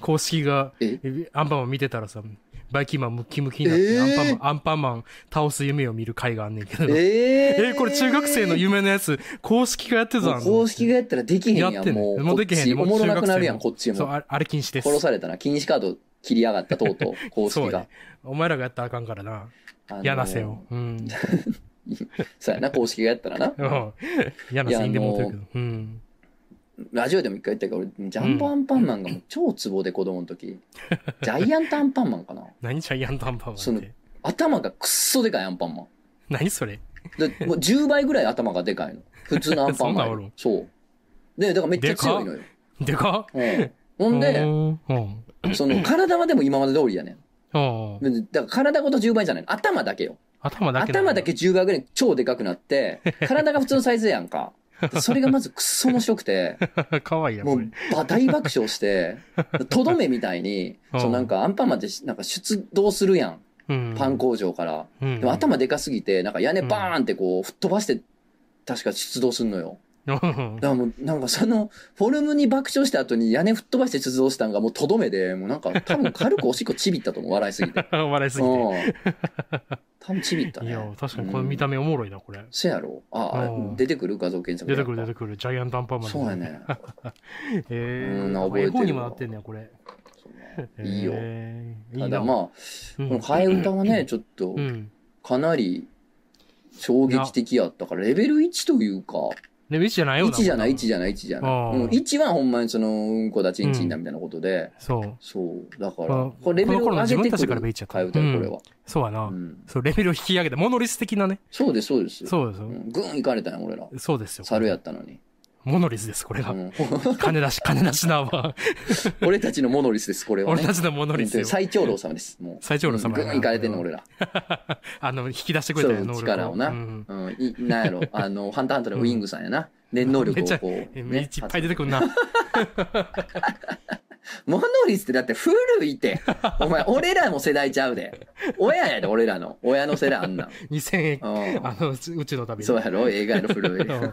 Speaker 2: 公式が
Speaker 1: え、
Speaker 2: アンパンマン見てたらさ、バイキンマンムキムキになって、
Speaker 1: えー
Speaker 2: アンパンマン、アンパンマン倒す夢を見る回があんねんけど。え
Speaker 1: えー、
Speaker 2: これ中学生の夢のやつ、公式がやってた
Speaker 1: も
Speaker 2: ん
Speaker 1: う公式がやったらできへんやん。
Speaker 2: やってんねん
Speaker 1: もう、
Speaker 2: もうできへんねん
Speaker 1: こっち
Speaker 2: もう
Speaker 1: おも
Speaker 2: 中学生
Speaker 1: ろなくなるやん、
Speaker 2: も
Speaker 1: こっち
Speaker 2: そう、
Speaker 1: も。
Speaker 2: ああれ禁止です。
Speaker 1: 殺されたな。禁止カード切りやがった、とうと う。公
Speaker 2: そ
Speaker 1: 式
Speaker 2: う
Speaker 1: が
Speaker 2: ね。。お前らがやったらあかんからな。
Speaker 1: あのー
Speaker 2: やなせよ。。 うん。
Speaker 1: そうやな、公式がやったらな。
Speaker 2: うん嫌なシーンでもうてるけど。うん。
Speaker 1: ラジオでも一回言ったけど、俺、ジャンボアンパンマンがもう超ツボで子供の 時。ジャイアントアンパンマンかな。
Speaker 2: 何ジャイアントアンパンマ
Speaker 1: そ
Speaker 2: ンっ
Speaker 1: の
Speaker 2: て。
Speaker 1: 頭がくっそでかいアンパンマン。
Speaker 2: 何それ
Speaker 1: でもう10倍ぐらい頭がでかいの。普通のアンパンマンよ り。そう。で、だからめっちゃ強いのよ。
Speaker 2: でかっ
Speaker 1: うん。ほん
Speaker 2: う
Speaker 1: で、
Speaker 2: ん。うん。
Speaker 1: その、体はでも今まで通りやねん。
Speaker 2: うん
Speaker 1: だから体ごと10倍じゃないの頭だけよ。
Speaker 2: 頭だけなん
Speaker 1: 頭だけ。10倍ぐらい超でかくなって、体が普通のサイズやん か。でそれがまずくっそ面白くて、
Speaker 2: かわいいな、
Speaker 1: も
Speaker 2: こ
Speaker 1: う
Speaker 2: れ。
Speaker 1: ば大爆笑して、とどめみたいに、
Speaker 2: うん
Speaker 1: そうなんかアンパンマンってなんか出動するやん。
Speaker 2: うん
Speaker 1: パン。工場から。
Speaker 2: うん
Speaker 1: でも頭でかすぎて、なんか屋根バーンってこう吹っ飛ばして、確か出動すんのよ。
Speaker 2: うん
Speaker 1: だからもうなんかそのフォルムに爆笑した後に屋根吹っ飛ばして出動したんがもうとどめで、もうなんか多分軽くおしっこちびったと思う、笑いすぎて。
Speaker 2: 笑いすぎて。
Speaker 1: うん 多分ちびった
Speaker 2: い
Speaker 1: ね。
Speaker 2: や、確かにこの見た目おもろいな、これ。
Speaker 1: せやろあ
Speaker 2: う
Speaker 1: あ、
Speaker 2: ん
Speaker 1: 出てくる画像検索
Speaker 2: 出てくる出
Speaker 1: て
Speaker 2: てくる。ジャイアントアンパンマン。
Speaker 1: そうや。ね。
Speaker 2: へえ。
Speaker 1: うん
Speaker 2: な
Speaker 1: なん覚
Speaker 2: か
Speaker 1: えてる
Speaker 2: 絵
Speaker 1: わ
Speaker 2: 本にもなってんねやこれ。
Speaker 1: いいよ
Speaker 2: へえい
Speaker 1: た
Speaker 2: い
Speaker 1: だ
Speaker 2: な。
Speaker 1: まあ、こ
Speaker 2: うん
Speaker 1: の替え歌はね、ちょっと
Speaker 2: うん。
Speaker 1: かなり衝撃的やったから、レベル1というか、
Speaker 2: でも1じゃないよ
Speaker 1: 1
Speaker 2: な。
Speaker 1: じゃない、1
Speaker 2: ゃ
Speaker 1: じゃない、1じゃない。
Speaker 2: あー
Speaker 1: うん1はほんまにその、うんこだちんちんだみたいなことで、
Speaker 2: そう。
Speaker 1: そう、だか
Speaker 2: あ
Speaker 1: ら、これレベルを上げて
Speaker 2: この頃の自分た
Speaker 1: く
Speaker 2: ちか
Speaker 1: る
Speaker 2: らベイちゃった
Speaker 1: 替え歌よ、これは。
Speaker 2: そうやな
Speaker 1: う。ん
Speaker 2: そう、レベルを引き上げて、モノリス的なね。
Speaker 1: そうです、そうです。
Speaker 2: そうです
Speaker 1: う
Speaker 2: よ。
Speaker 1: んグーン行かれたんや、俺ら。
Speaker 2: そうですよ。
Speaker 1: 猿やったのに。
Speaker 2: モノリスです、これが
Speaker 1: う。ん
Speaker 2: 金出し、金出しなは。
Speaker 1: 俺たちのモノリスです、これはね。
Speaker 2: 俺たちのモノリスよ。
Speaker 1: 最長老様です。もう。
Speaker 2: 最長老様
Speaker 1: うんグ
Speaker 2: やな
Speaker 1: ーン行かれてんの、俺ら。
Speaker 2: あの、引き出してくれたよ、
Speaker 1: そう
Speaker 2: 能力
Speaker 1: 力をな
Speaker 2: うん
Speaker 1: うん、い、なんや ろ、あの、ハンターハンターのウィングさんやな。念能力をこう、
Speaker 2: え
Speaker 1: ね
Speaker 2: めっちゃいっぱい出てくるな。
Speaker 1: モノリスってだって古い て。お前、俺らも世代ちゃうで。親やで、俺らの。親の世代あんなん。
Speaker 2: 2000円、
Speaker 1: う
Speaker 2: あの、うち宇宙の旅。
Speaker 1: ん。そうやろ映画やろ、古い。
Speaker 2: うん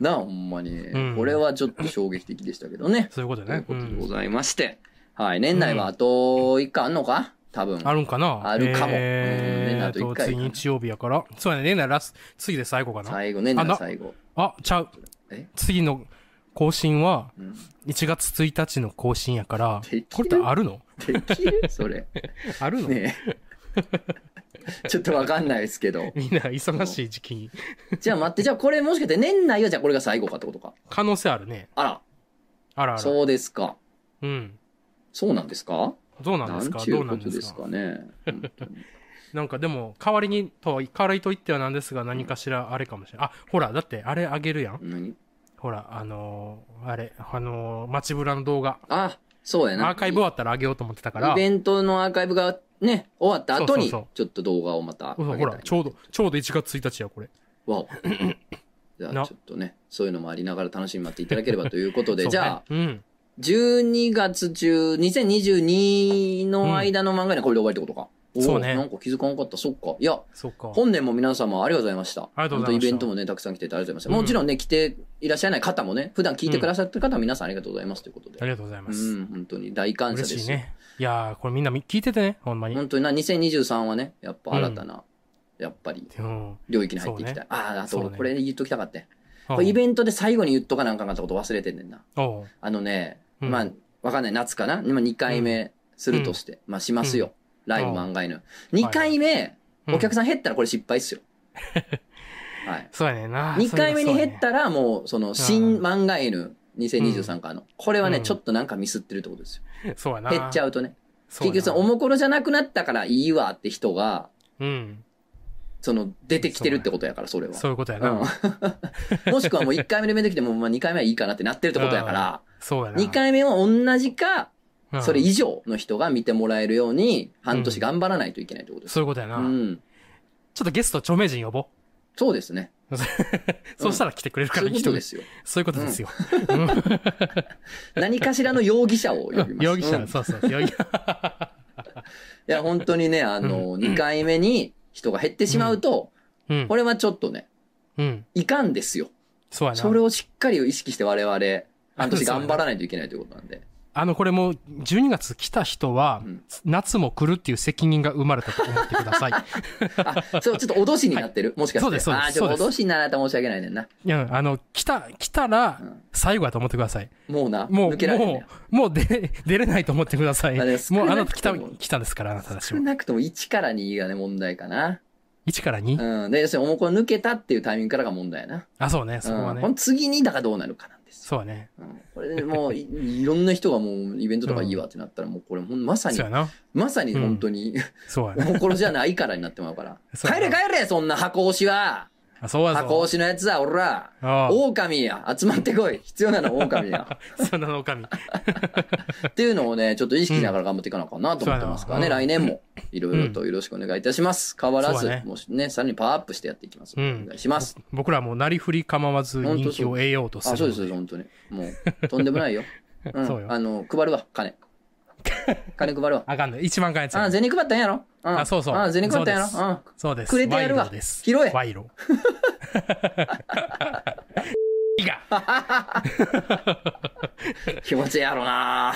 Speaker 1: なあ、ほんまに、
Speaker 2: ん
Speaker 1: これはちょっと衝撃的でしたけどね。
Speaker 2: そういうこと
Speaker 1: とい
Speaker 2: ね
Speaker 1: う。こ
Speaker 2: う
Speaker 1: とでご
Speaker 2: ん
Speaker 1: ざいまして。はい。年内はあと一回あんのか多分。
Speaker 2: あるんかな
Speaker 1: あるかもうん年内
Speaker 2: え
Speaker 1: あ
Speaker 2: ー
Speaker 1: と一
Speaker 2: と、
Speaker 1: 回
Speaker 2: 次日曜日やから。そうやね、年内ラスト、次で最後かな。
Speaker 1: 最後、年内
Speaker 2: あ
Speaker 1: の
Speaker 2: な
Speaker 1: 最後。
Speaker 2: あ、ちゃう
Speaker 1: え。
Speaker 2: 次の更新は
Speaker 1: うん、
Speaker 2: 1月1日の更新やから
Speaker 1: できる、
Speaker 2: これってあるの
Speaker 1: できるそれ。
Speaker 2: あるの
Speaker 1: ねえ。ちょっとわかんないですけど。
Speaker 2: みんな忙しい時期に。
Speaker 1: じゃあ待って、じゃあこれもしかして年内はじゃあこれが最後かってことか。
Speaker 2: 可能性あるね。
Speaker 1: あら、
Speaker 2: あらあら。
Speaker 1: そうですか。
Speaker 2: うん。
Speaker 1: そうなんですか
Speaker 2: どうなん
Speaker 1: な
Speaker 2: です
Speaker 1: ん
Speaker 2: か
Speaker 1: ちゅ
Speaker 2: どう
Speaker 1: う
Speaker 2: な
Speaker 1: こ
Speaker 2: ん
Speaker 1: と
Speaker 2: で
Speaker 1: ですす
Speaker 2: か
Speaker 1: かね。本当に
Speaker 2: なんかでも代わりにとは代わりと言ってはなんですが何かしらあれかもしれないあほらだってあれあげるやん
Speaker 1: 何
Speaker 2: ほらあのーあれあのー街ぶらの動画
Speaker 1: あ、そうやな。
Speaker 2: アーカイブ終わったらあげようと思ってたから
Speaker 1: イベントのアーカイブがね、終わった後に、
Speaker 2: そうそうそう
Speaker 1: ちょっと動画をまた
Speaker 2: そうそう
Speaker 1: 上げ
Speaker 2: ほ
Speaker 1: た
Speaker 2: ら
Speaker 1: い
Speaker 2: ちょうどちょうど1月1日やこれ
Speaker 1: わ お。じゃあ
Speaker 2: な
Speaker 1: ちょっとね、そういうのもありながら楽しみに待っていただければということ
Speaker 2: そう
Speaker 1: で、
Speaker 2: ね
Speaker 1: じゃあ、
Speaker 2: うん
Speaker 1: 12月中、2022の間の漫画にはこれで終わりってことか。おー
Speaker 2: そうね
Speaker 1: なんか気づかなかった。そっか。いや、
Speaker 2: そうか
Speaker 1: 本年も皆様ありがとうございました。
Speaker 2: ありがとうござい
Speaker 1: 本
Speaker 2: ました
Speaker 1: 当イベントもね、たくさん来ていただいてありがとうございました。もちろ
Speaker 2: うん
Speaker 1: んね、来ていらっしゃらない方もね、普段聞いてくださってる方は皆さんありがとうございますということで
Speaker 2: あ。りがとうございま
Speaker 1: う
Speaker 2: す、
Speaker 1: ん、本当に大感謝です。
Speaker 2: 嬉しいねいやーこれみんなみ聞いててねほんまに、
Speaker 1: 本当にな、2023はね、やっぱ新たな、やっぱり
Speaker 2: うん
Speaker 1: 領域に入っていきたい。
Speaker 2: そう
Speaker 1: ああ、あ
Speaker 2: そ
Speaker 1: と、
Speaker 2: うね
Speaker 1: これ言っときたかったね。これイベントで最後に言っとかなんかなったこと忘れてんねんな。
Speaker 2: おう
Speaker 1: あのね、
Speaker 2: うん
Speaker 1: まあ、わかんない、夏かな今2回目するとして、まあしますよ。ライブ漫画犬。2回目、
Speaker 2: うん
Speaker 1: お客さん減ったらこれ失敗っす よ。はい。
Speaker 2: そうやねんな
Speaker 1: 2回目に減っ
Speaker 2: そ
Speaker 1: たらもう、その、新漫画犬2023からの。これはね、
Speaker 2: うん
Speaker 1: ちょっとなんかミスってるってことですよ。
Speaker 2: うやねそうやな
Speaker 1: 減っちゃ
Speaker 2: う
Speaker 1: うとね。
Speaker 2: そう
Speaker 1: 結局
Speaker 2: やな
Speaker 1: その、おもころじゃなくなったからいいわって人が、
Speaker 2: うん
Speaker 1: その、出てきてるってことやから、それは。
Speaker 2: そういうことやな、
Speaker 1: うん、もしくはもう1回目で出てきても、まあ2回目はいいかなってなってるってことやから、
Speaker 2: そうやな
Speaker 1: 2回目は同じか、
Speaker 2: うん
Speaker 1: それ以上の人が見てもらえるように、半年頑張らないといけないってことです。
Speaker 2: そういうことやな、
Speaker 1: うん。
Speaker 2: ちょっとゲスト著名人呼ぼ
Speaker 1: そうですね。
Speaker 2: うそうしたら来てくれるか
Speaker 1: そう
Speaker 2: ら
Speaker 1: いうこ
Speaker 2: 一
Speaker 1: と
Speaker 2: 人
Speaker 1: ですよ。
Speaker 2: そういうことですよ、
Speaker 1: 何かしらの容疑者を呼びます。
Speaker 2: 容疑者、
Speaker 1: うんい
Speaker 2: そうそう容疑者
Speaker 1: や、本当にね、あの、2回目に人が減ってしまうと、
Speaker 2: うん
Speaker 1: これはちょっとね、
Speaker 2: うん
Speaker 1: いかんですよ。
Speaker 2: そうやな
Speaker 1: それをしっかり意識して我々、半年頑張らないといけないということなんで。
Speaker 2: あのこれもう12月来た人は、
Speaker 1: うん
Speaker 2: 夏も来るっていう責任が生まれたと思ってください
Speaker 1: あ、そう、ちょっと脅しになってる。もしかして。
Speaker 2: そうですそうです
Speaker 1: あー、ちょっと
Speaker 2: そう
Speaker 1: 脅しになられたら申し訳ないねんな。
Speaker 2: いやあの来た来たら
Speaker 1: うん
Speaker 2: 最後やと思ってください
Speaker 1: もうな、
Speaker 2: もう
Speaker 1: 抜けられる
Speaker 2: も
Speaker 1: ね。
Speaker 2: うもう出出れないと思ってください
Speaker 1: あれ少
Speaker 2: もうあ
Speaker 1: な
Speaker 2: な
Speaker 1: く
Speaker 2: た来
Speaker 1: と
Speaker 2: た
Speaker 1: も
Speaker 2: 来たんですからあなたたち
Speaker 1: 少
Speaker 2: は
Speaker 1: なくとも1から2がね、問題かな。
Speaker 2: 1から 2?
Speaker 1: うん。で、要するに、おもこ抜けたっていうタイミングからが問題やな。
Speaker 2: あそうねそこは
Speaker 1: うん
Speaker 2: ね、
Speaker 1: この次に、だからどうなるかなんですよ。
Speaker 2: そうやね
Speaker 1: うんこれでもうい、いろんな人がもう、イベントとかいいわってなったら、もうこれ、ほんまさに
Speaker 2: そう、やな
Speaker 1: まさに本当に、
Speaker 2: そうや
Speaker 1: お
Speaker 2: な
Speaker 1: もころじゃないからになってまうから。
Speaker 2: そう
Speaker 1: 帰れ帰れ、そんな箱押しは
Speaker 2: あそうやぞ
Speaker 1: 箱押しのやつは、おら
Speaker 2: ああ
Speaker 1: 狼や集まってこい必要なのは狼や
Speaker 2: そんなの狼
Speaker 1: っていうのをね、ちょっと意識しながら頑張っていかなあかんなと思ってますからね、
Speaker 2: うんそう
Speaker 1: 来
Speaker 2: や
Speaker 1: 年もいろいろとよろしくお願いいたします。変わら
Speaker 2: そ
Speaker 1: ず、
Speaker 2: うやね
Speaker 1: もうね、さらにパワーアップしてやっていきます。
Speaker 2: う
Speaker 1: お
Speaker 2: ん
Speaker 1: 願いします。
Speaker 2: 僕らもなりふり構わず人気を得ようとする
Speaker 1: あ、そうです、そうです本当に。もう、とんでも ないよ。うん、
Speaker 2: そうよ
Speaker 1: あの、配るわ、 金。金配るわ。
Speaker 2: あかんね一番かんやつや
Speaker 1: あ、銭配ったんやろ、うん、
Speaker 2: あそうそう
Speaker 1: あ、銭配ったんや
Speaker 2: そ
Speaker 1: ろうん。
Speaker 2: そうです
Speaker 1: くれてやるわ
Speaker 2: 賄賂です
Speaker 1: 拾え
Speaker 2: 賄 賂いいか
Speaker 1: 気持ちええやろ な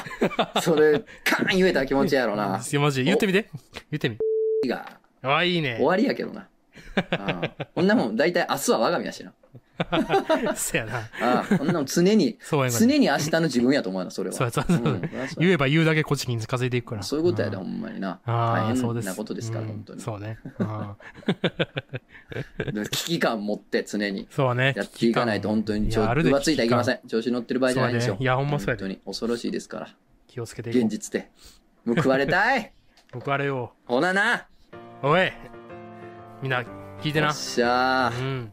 Speaker 1: それ、カーン言えたら気持ちええやろな
Speaker 2: すいません言ってみて言ってみ
Speaker 1: いいが、
Speaker 2: あいいね
Speaker 1: 終わりやけどな。うんこんなもん、大体明日は我が身やしな。
Speaker 2: そやな
Speaker 1: あこんなもん常に、
Speaker 2: そうやな
Speaker 1: 常に明日の自分やと思うな、それは。
Speaker 2: そうやそうやそうや
Speaker 1: ん
Speaker 2: 言えば言うだけこっちに近づいていくから
Speaker 1: そういうことやで、
Speaker 2: ん
Speaker 1: ほんまにな。
Speaker 2: あ
Speaker 1: 大
Speaker 2: あそうで
Speaker 1: 変
Speaker 2: す
Speaker 1: なことですから、
Speaker 2: うん
Speaker 1: 本当に。
Speaker 2: そうねあー
Speaker 1: 危機感持って、常に。
Speaker 2: そうね
Speaker 1: やっていかないと本当にちょ
Speaker 2: やあるで
Speaker 1: 浮ついてはいけませ
Speaker 2: 危
Speaker 1: ん。調子乗ってる場合じゃないです
Speaker 2: そ
Speaker 1: よ。
Speaker 2: うやねいやほんまそう
Speaker 1: 本
Speaker 2: やで
Speaker 1: 当に恐ろしいですから。
Speaker 2: 機感気をつけていこ
Speaker 1: 現実って。報われたい
Speaker 2: う報われよ
Speaker 1: ほなな
Speaker 2: うおいみんな聞いて
Speaker 1: よ
Speaker 2: な
Speaker 1: っしゃ
Speaker 2: うん